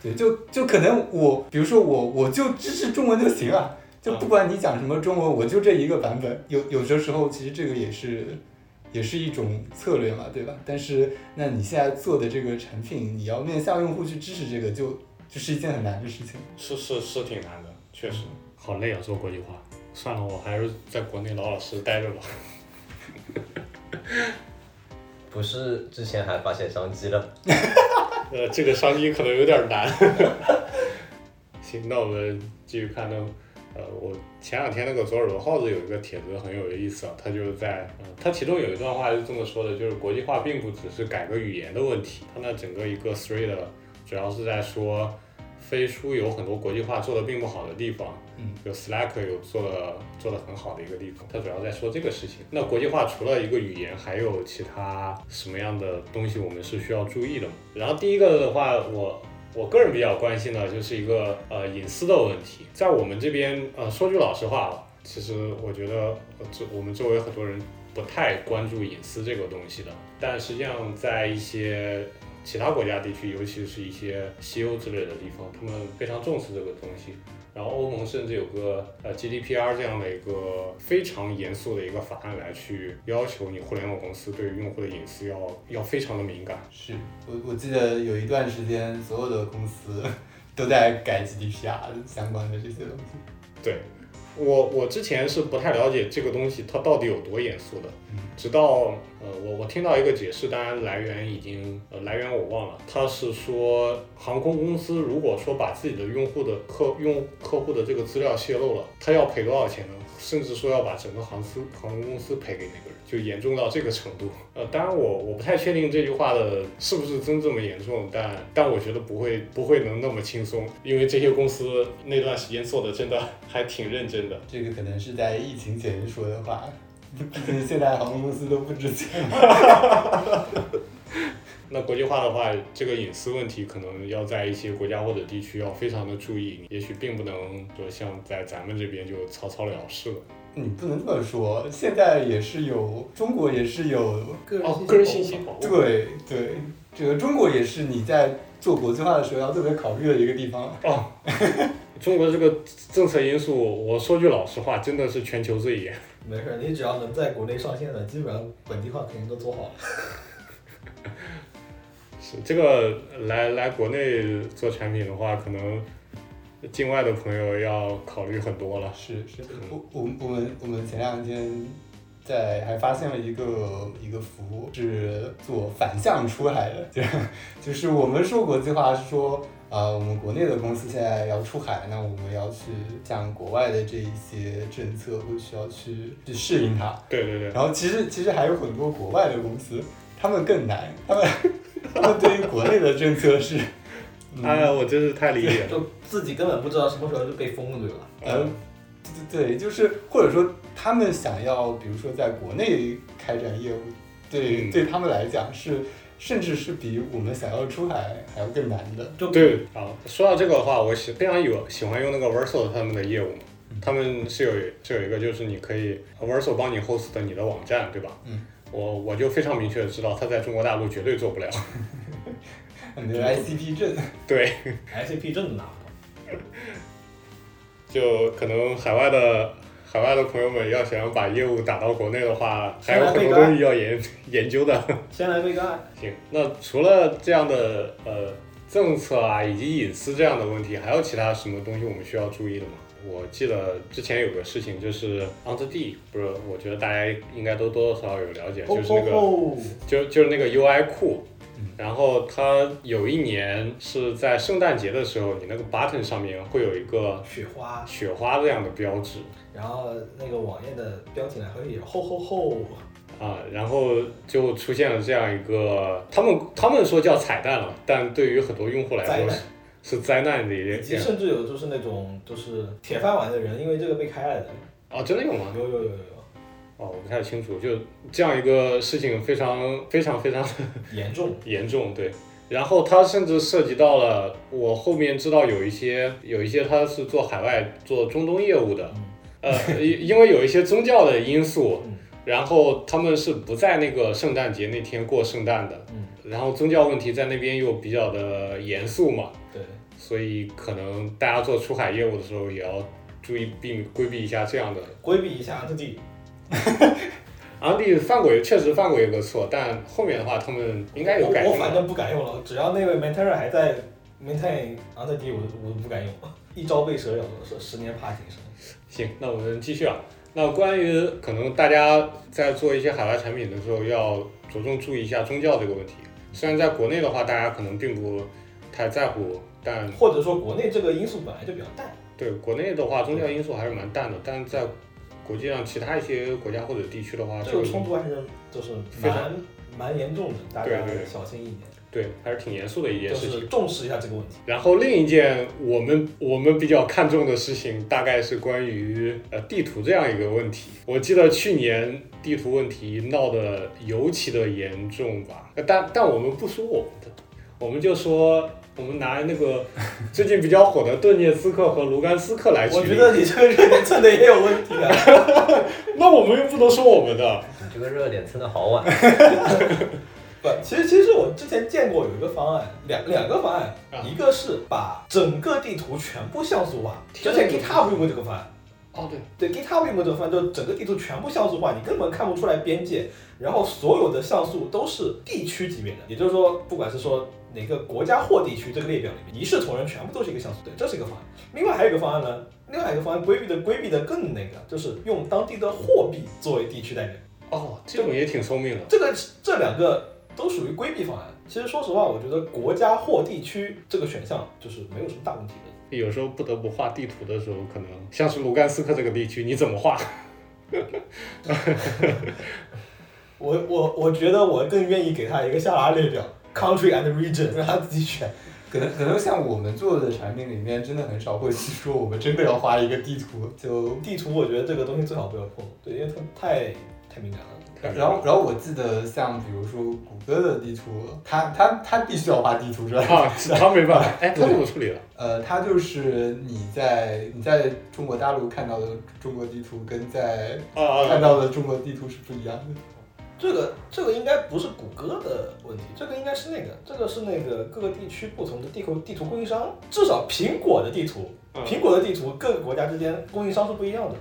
对，就就可能我，比如说我，我就支持中文就行了，就不管你讲什么中文，我就这一个版本。有有的时候，其实这个也是，也是一种策略嘛，对吧？但是，那你现在做的这个产品，你要面向用户去支持这个，就就是一件很难的事情。是是是挺难的，确实好累啊，做国际化。算了，我还是在国内老老实实待着吧。不是之前还发现商机了？呃，这个商机可能有点难。 行，那我们继续看那，呃，我前两天那个左耳朵耗子有一个帖子很有意思啊，他就是在，呃他其中有一段话是这么说的，就是国际化并不只是改个语言的问题，他那整个一个 three 的主要是在说，飞书有很多国际化做的并不好的地方，嗯，有 Slack 有做的做的很好的一个地方，它主要在说这个事情。那国际化除了一个语言，还有其他什么样的东西我们是需要注意的吗？然后第一个的话，我我个人比较关心的就是一个呃隐私的问题，在我们这边呃说句老实话啊，其实我觉得呃这我们周围很多人不太关注隐私这个东西的。但实际上，在一些其他国家地区，尤其是一些西欧之类的地方，他们非常重视这个东西。然后欧盟甚至有个呃 GDPR 这样的一个非常严肃的一个法案来去要求你互联网公司对于用户的隐私要要非常的敏感。是我我记得有一段时间，所有的公司 都在改 GDPR 相关的这些东西。对我我之前是不太了解这个东西它到底有多严肃的嗯，直到呃我我听到一个解释，当然来源已经呃来源我忘了，他是说航空公司如果说把自己的用户的客用客户的这个资料泄露了，他要赔多少钱呢？甚至说要把整个航司航空公司赔给那个人，就严重到这个程度。呃，当然我我不太确定这句话的是不是真这么严重，但但我觉得不会不会能那么轻松，因为这些公司那段时间做的真的还挺认真的。这个可能是在疫情前说的话，毕竟现在航空公司都不值钱。那国际化的话，这个隐私问题可能要在一些国家或者地区要非常的注意，也许并不能说像在咱们这边就草草了事了。你不能这么说，现在也是有，中国也是有，个人哦信，息个人保信护息保护。对对，这个中国也是你在做国际化的时候要特别考虑的一个地方。哦，中国这个政策因素，我说句老实话，真的是全球最严。没事，你只要能在国内上线的，基本上本地化肯定都做好了。是这个来来国内做产品的话，可能境外的朋友要考虑很多了。是是，我我们我们我们前两天在还发现了一个一个服务是做反向出海的， 就就是我们说国际化是说啊、我们国内的公司现在要出海，那我们要去向国外的这一些政策会需要去去适应它。对对对，然后其实其实还有很多国外的公司，他们更难，他们他们对于国内的政策是，嗯、哎呀，我真是太理解了。就自己根本不知道什么时候就被封了，对吧？呃，对对对，就是或者说他们想要，比如说在国内开展业务，对、嗯对他们来讲是，甚至是比我们想要出海还要更难的。对，好，说到这个的话，我喜非常有喜欢用那个 Verso 他们的业务嘛，他们是有是有一个就是你可以呃 Verso 帮你 host 你的网站，对吧？嗯。我我就非常明确的知道，他在中国大陆绝对做不了。 没有 ICP 证，对， ，ICP 证拿不到。就可能海外的海外的朋友们要想要把业务打到国内的话，还先有来很多贝壳东西要研研究的。先来被干，行，那除了这样的呃政策啊，以及隐私这样的问题，还有其他什么东西我们需要注意的吗？我记得之前有个事情，就是 On the D，不是，我觉得大家应该都多多少少有了解，就是那个哦，就就是那个 UI 库，然后它有一年是在圣诞节的时候，你那个 button 上面会有一个雪花，雪花这样的标志然后那个网页的标题呢，会有吼吼吼，啊，然后就出现了这样一个，他们他们说叫彩蛋了，但对于很多用户来灾说难是是灾难的一以及件。甚至有就是那种就是铁饭碗的人，因为这个被开了的，哦，真的有吗？有有有有有，哦，我不太清楚，就这样一个事情非常非常非常严重。严重，对。然后它甚至涉及到了我后面知道有一些有一些他是做海外做中东业务的，呃， 因因为有一些宗教的因素嗯，然后他们是不在那个圣诞节那天过圣诞的，嗯然后宗教问题在那边又比较的严肃嘛，对，所以可能大家做出海业务的时候也要注意并规避一下这样的。规避一下自己。昂弟犯过，确实犯过一个错，但后面的话他们 应该有改我进我反的。正不敢用了，只要那位 mentor 还在 maintain on the D，我我都不敢用。 一朝被蛇咬，是十年怕井绳。行，那我们继续啊。那关于可能大家在做一些海外产品的时候，要着重注意一下宗教这个问题。虽然在国内的话，大家可能并不太在乎，但或者说国内这个因素本来就比较淡，对国内的话，宗教因素还是蛮淡的。但在国际上其他一些国家或者地区的话，这这个个冲突还是就是非常蛮蛮严重的，大对啊对家对小心一点，对还是挺严肃的一件就事情。是重视一下这个问题。然后另一件我们我们比较看重的事情，大概是关于呃地图这样一个问题。我记得去年地图问题闹得尤其的严重吧，呃但但我们不说我们的，我们就说我们拿那个最近比较火的顿涅茨克和卢甘斯克来举我例。觉得你这个人真的也有问题啊！那我们又不能说我们的，这个热点蹭的好晚。 不，其实其实我之前见过有一个方案，两两个方案，啊一个是把整个地图全部像素化，之天前哪 GitHub 用过这个方案。哦，对，对 GitHub 用过这个方案，就整个地图全部像素化，你根本看不出来边界，然后所有的像素都是地区级别的，也就是说，不管是说哪个国家或地区这个列表里面，一视同仁，全部都是一个像素。对，这是一个方案。另外还有一个方案呢，另外一个方案规避的规避的更那个，就是用当地的货币作为地区代表。哦，这种也挺聪明的。这个这两个都属于规避方案。其实说实话，我觉得国家或地区这个选项就是没有什么大问题的。有时候不得不画地图的时候，可能像是卢甘斯克这个地区，你怎么画？我我我觉得我更愿意给他一个下拉列表，country and region，让他自己选。可能可能像我们做的产品里面，真的很少会去说我们真的要画一个地图，就地图我觉得这个东西最好不要碰，对，因为它太太敏感了。然后然后我记得像比如说谷歌的地图，它它它必须要画地图是吧？啊，他没办法，哎，他怎么处理了？呃，它就是你在你在中国大陆看到的中国地图跟在啊啊看啊，到的中国地图是不一样的。这个这个应该不是谷歌的问题，这个应该是那个，这个是那个各个地区不同的地图地图供应商，至少苹果的地图，嗯苹果的地图各个国家之间供应商是不一样的。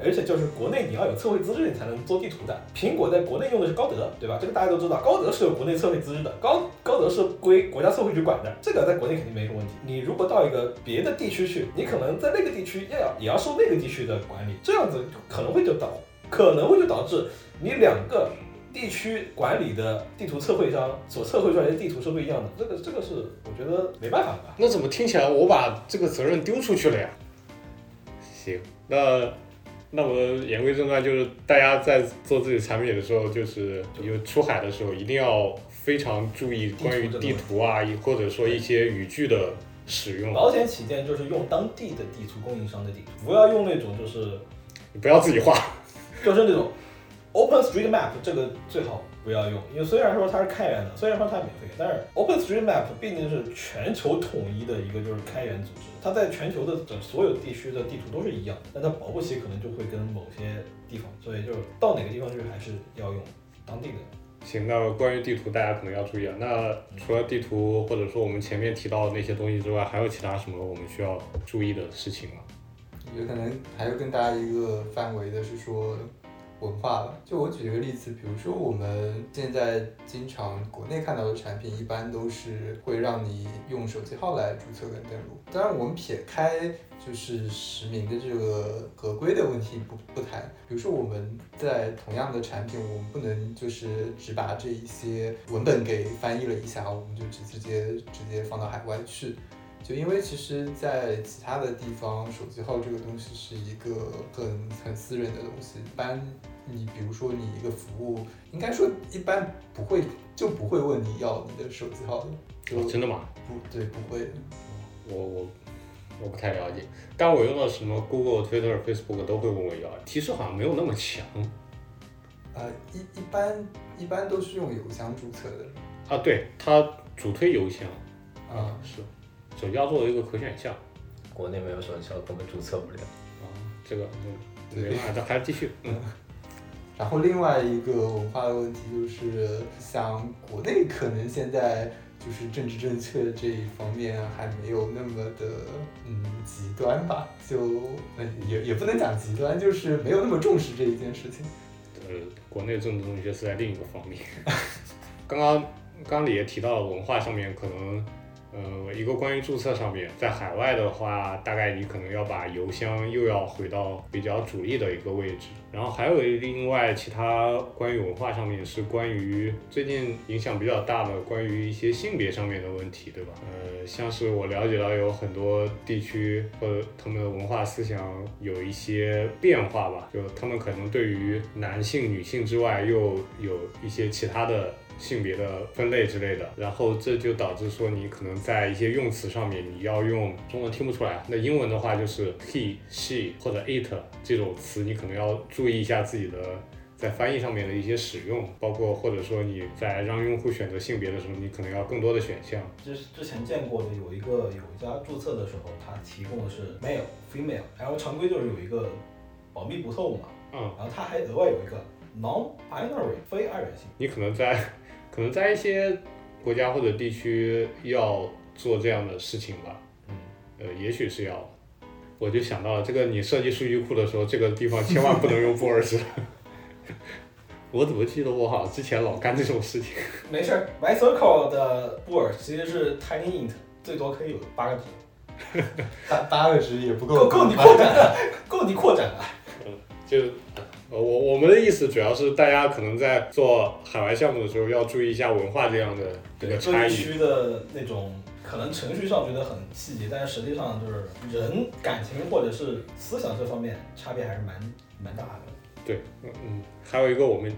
而且就是国内你要有测绘资质，你才能做地图的。苹果在国内用的是高德，对吧？这个大家都知道，高德是有国内测绘资质的，高高德是归国家测绘局管的，这个在国内肯定没什么问题。你如果到一个别的地区去，你可能在那个地区要也要受那个地区的管理，这样子可能会就导可能会就导致你两个地区管理的地图测绘商所测绘出来的地图是不一样的，这个这个是我觉得没办法的吧。那怎么听起来我把这个责任丢出去了呀？行，那那我们言归正传，就是大家在做自己产品的时候，就是有出海的时候，一定要非常注意关于地图啊，或者说一些语句的使用，保险起见，就是用当地的地图供应商的地图，不要用那种就是你不要自己画。就是那种 OpenStreetMap 这个最好不要用，因为虽然说它是开源的，虽然说它免费，但是 OpenStreetMap 毕竟是全球统一的一个就是开源组织，它在全球的整所有地区的地图都是一样的，但它保不齐可能就会跟某些地方，所以就是到哪个地方去还是要用当地的。行，那关于地图大家可能要注意啊。那除了地图或者说我们前面提到的那些东西之外，还有其他什么我们需要注意的事情吗？有可能还要跟大家一个范围的是说文化吧。就我举一个例子，比如说我们现在经常国内看到的产品，一般都是会让你用手机号来注册跟登录。当然，我们撇开就是实名的这个合规的问题不不谈，比如说我们在同样的产品，我们不能就是只把这一些文本给翻译了一下，我们就直直接直接放到海外去。就因为其实，在其他的地方，手机号这个东西是一个很很私人的东西。一般你比如说你一个服务，应该说一般不会就不会问你要你的手机号的，就哦真的吗？不对不会的。我我我不太了解，但我用到什么 Google、Twitter、Facebook 都会问我要，提示好像没有那么强呃，一一般一般都是用邮箱注册的啊。对，它主推邮箱啊、是手机要作为一个可选项国内没有手机号根本注册不了。啊，这个这个没办法，那还是继续。嗯，然后另外一个文化的问题就是，像国内可能现在就是政治正确这一方面还没有那么的嗯极端吧，就呃也也不能讲极端，就是没有那么重视这一件事情。 呃，国内政治正确是在另一个方面。 刚刚刚里也提到了文化上面可能。呃，一个关于注册上面，在海外的话，大概你可能要把邮箱又要回到比较主力的一个位置。然后还有另外其他关于文化上面是关于最近影响比较大的关于一些性别上面的问题，对吧？呃，像是我了解到有很多地区呃他们的文化思想有一些变化吧，就他们可能对于男性、女性之外又有一些其他的性别的分类之类的，然后这就导致说你可能在一些用词上面你要用中文听不出来，那英文的话就是 he、she 或者 it 这种词，你可能要注意一下自己的。在翻译上面的一些使用，包括或者说你在让用户选择性别的时候，你可能要更多的选项。之之前见过的有一个有一家注册的时候，它提供的是 male、female，然后常规就是有一个保密不透嘛，嗯，然后它还额外有一个 non-binary 非二元性。你可能在可能在一些国家或者地区要做这样的事情吧，嗯，呃，也许是要的。我就想到了这个，你设计数据库的时候，这个地方千万不能用布尔什。 我怎么记得我好像之前老干这种事情？没事儿，MyCircle 的布尔其实是 TinyInt，最多可以有八个值，八八个值也不够够够你扩展了，够你扩展了。就呃，我我们的意思主要是大家可能在做海外项目的时候要注意一下文化这样的一个各差地异。区的那种，可能程序上觉得很细节，但是实际上就是人感情或者是思想这方面差别还是蛮蛮大的。对，嗯嗯，还有一个我们，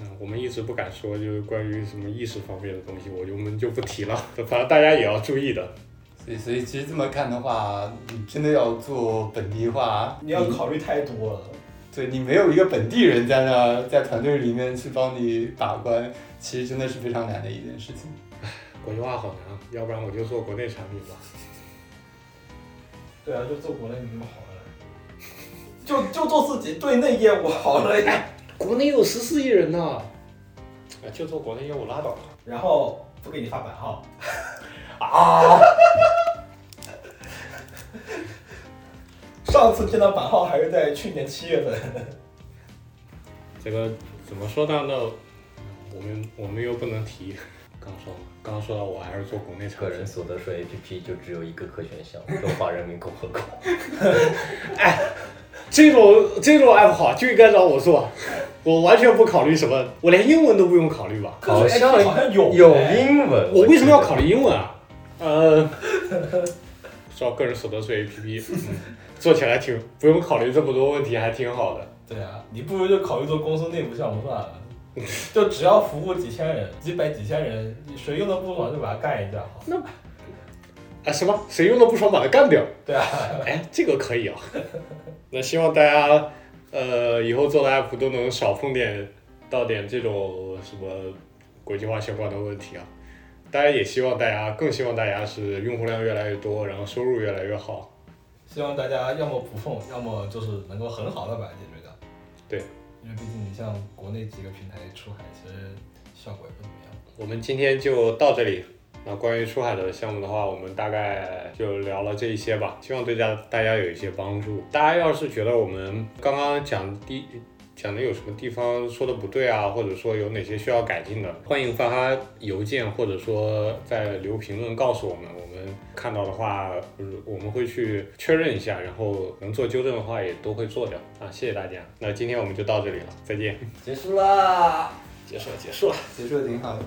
嗯，我们一直不敢说，就是关于什么意识方面的东西，我就我们就不提了，反正大家也要注意的。所以，所以其实这么看的话，你真的要做本地化，你要考虑太多了。对你没有一个本地人在那儿在团队里面去帮你把关，其实真的是非常难的一件事情。国际化好难啊，要不然我就做国内产品吧。对啊，就做国内那么好了，就就做自己对内业务好了呀。国内有十四亿人呢，啊，就做国内业务拉倒吧。然后不给你发版号，啊！上次见到版号还是在去年七月份，这个怎么说到呢？我们我们又不能提，刚说刚说到我还是做国内个产品人。所得税 APP 就只有一个可选项，中华人民共和国。这种这种 app 好就应该找我做，我完全不考虑什么，我连英文都不用考虑吧。好像 好像有有哎英文，我为什么要记得考虑英文啊？呃， 说到个人所得税 APP，、嗯、做起来挺不用考虑这么多问题，还挺好的。对啊，你不如就考虑做公司内部项目算了， 就只要服务几千人、几百几千人，谁用的不爽就把它干一架好。啊，什么？谁用的不爽把它干掉？对啊，哎，这个可以啊。 那希望大家呃以后做的 app 都能少碰点到点这种什么国际化相关的问题啊。当然也希望大家，更希望大家是用户量越来越多，然后收入越来越好。希望大家要么不碰，要么就是能够很好的把它解决掉。对，因为毕竟你像国内几个平台出海，其实效果也不怎么样。我们今天就到这里。那关于出海的项目的话，我们大概就聊了这一些吧，希望对大大家有一些帮助。大家要是觉得我们刚刚讲第讲的有什么地方说的不对啊，或者说有哪些需要改进的，欢迎发邮件或者说在留评论告诉我们，我们看到的话，呃我们会去确认一下，然后能做纠正的话也都会做掉啊。谢谢大家，那今天我们就到这里了，再见。结束啦。结束了，结束了。结束的挺好的。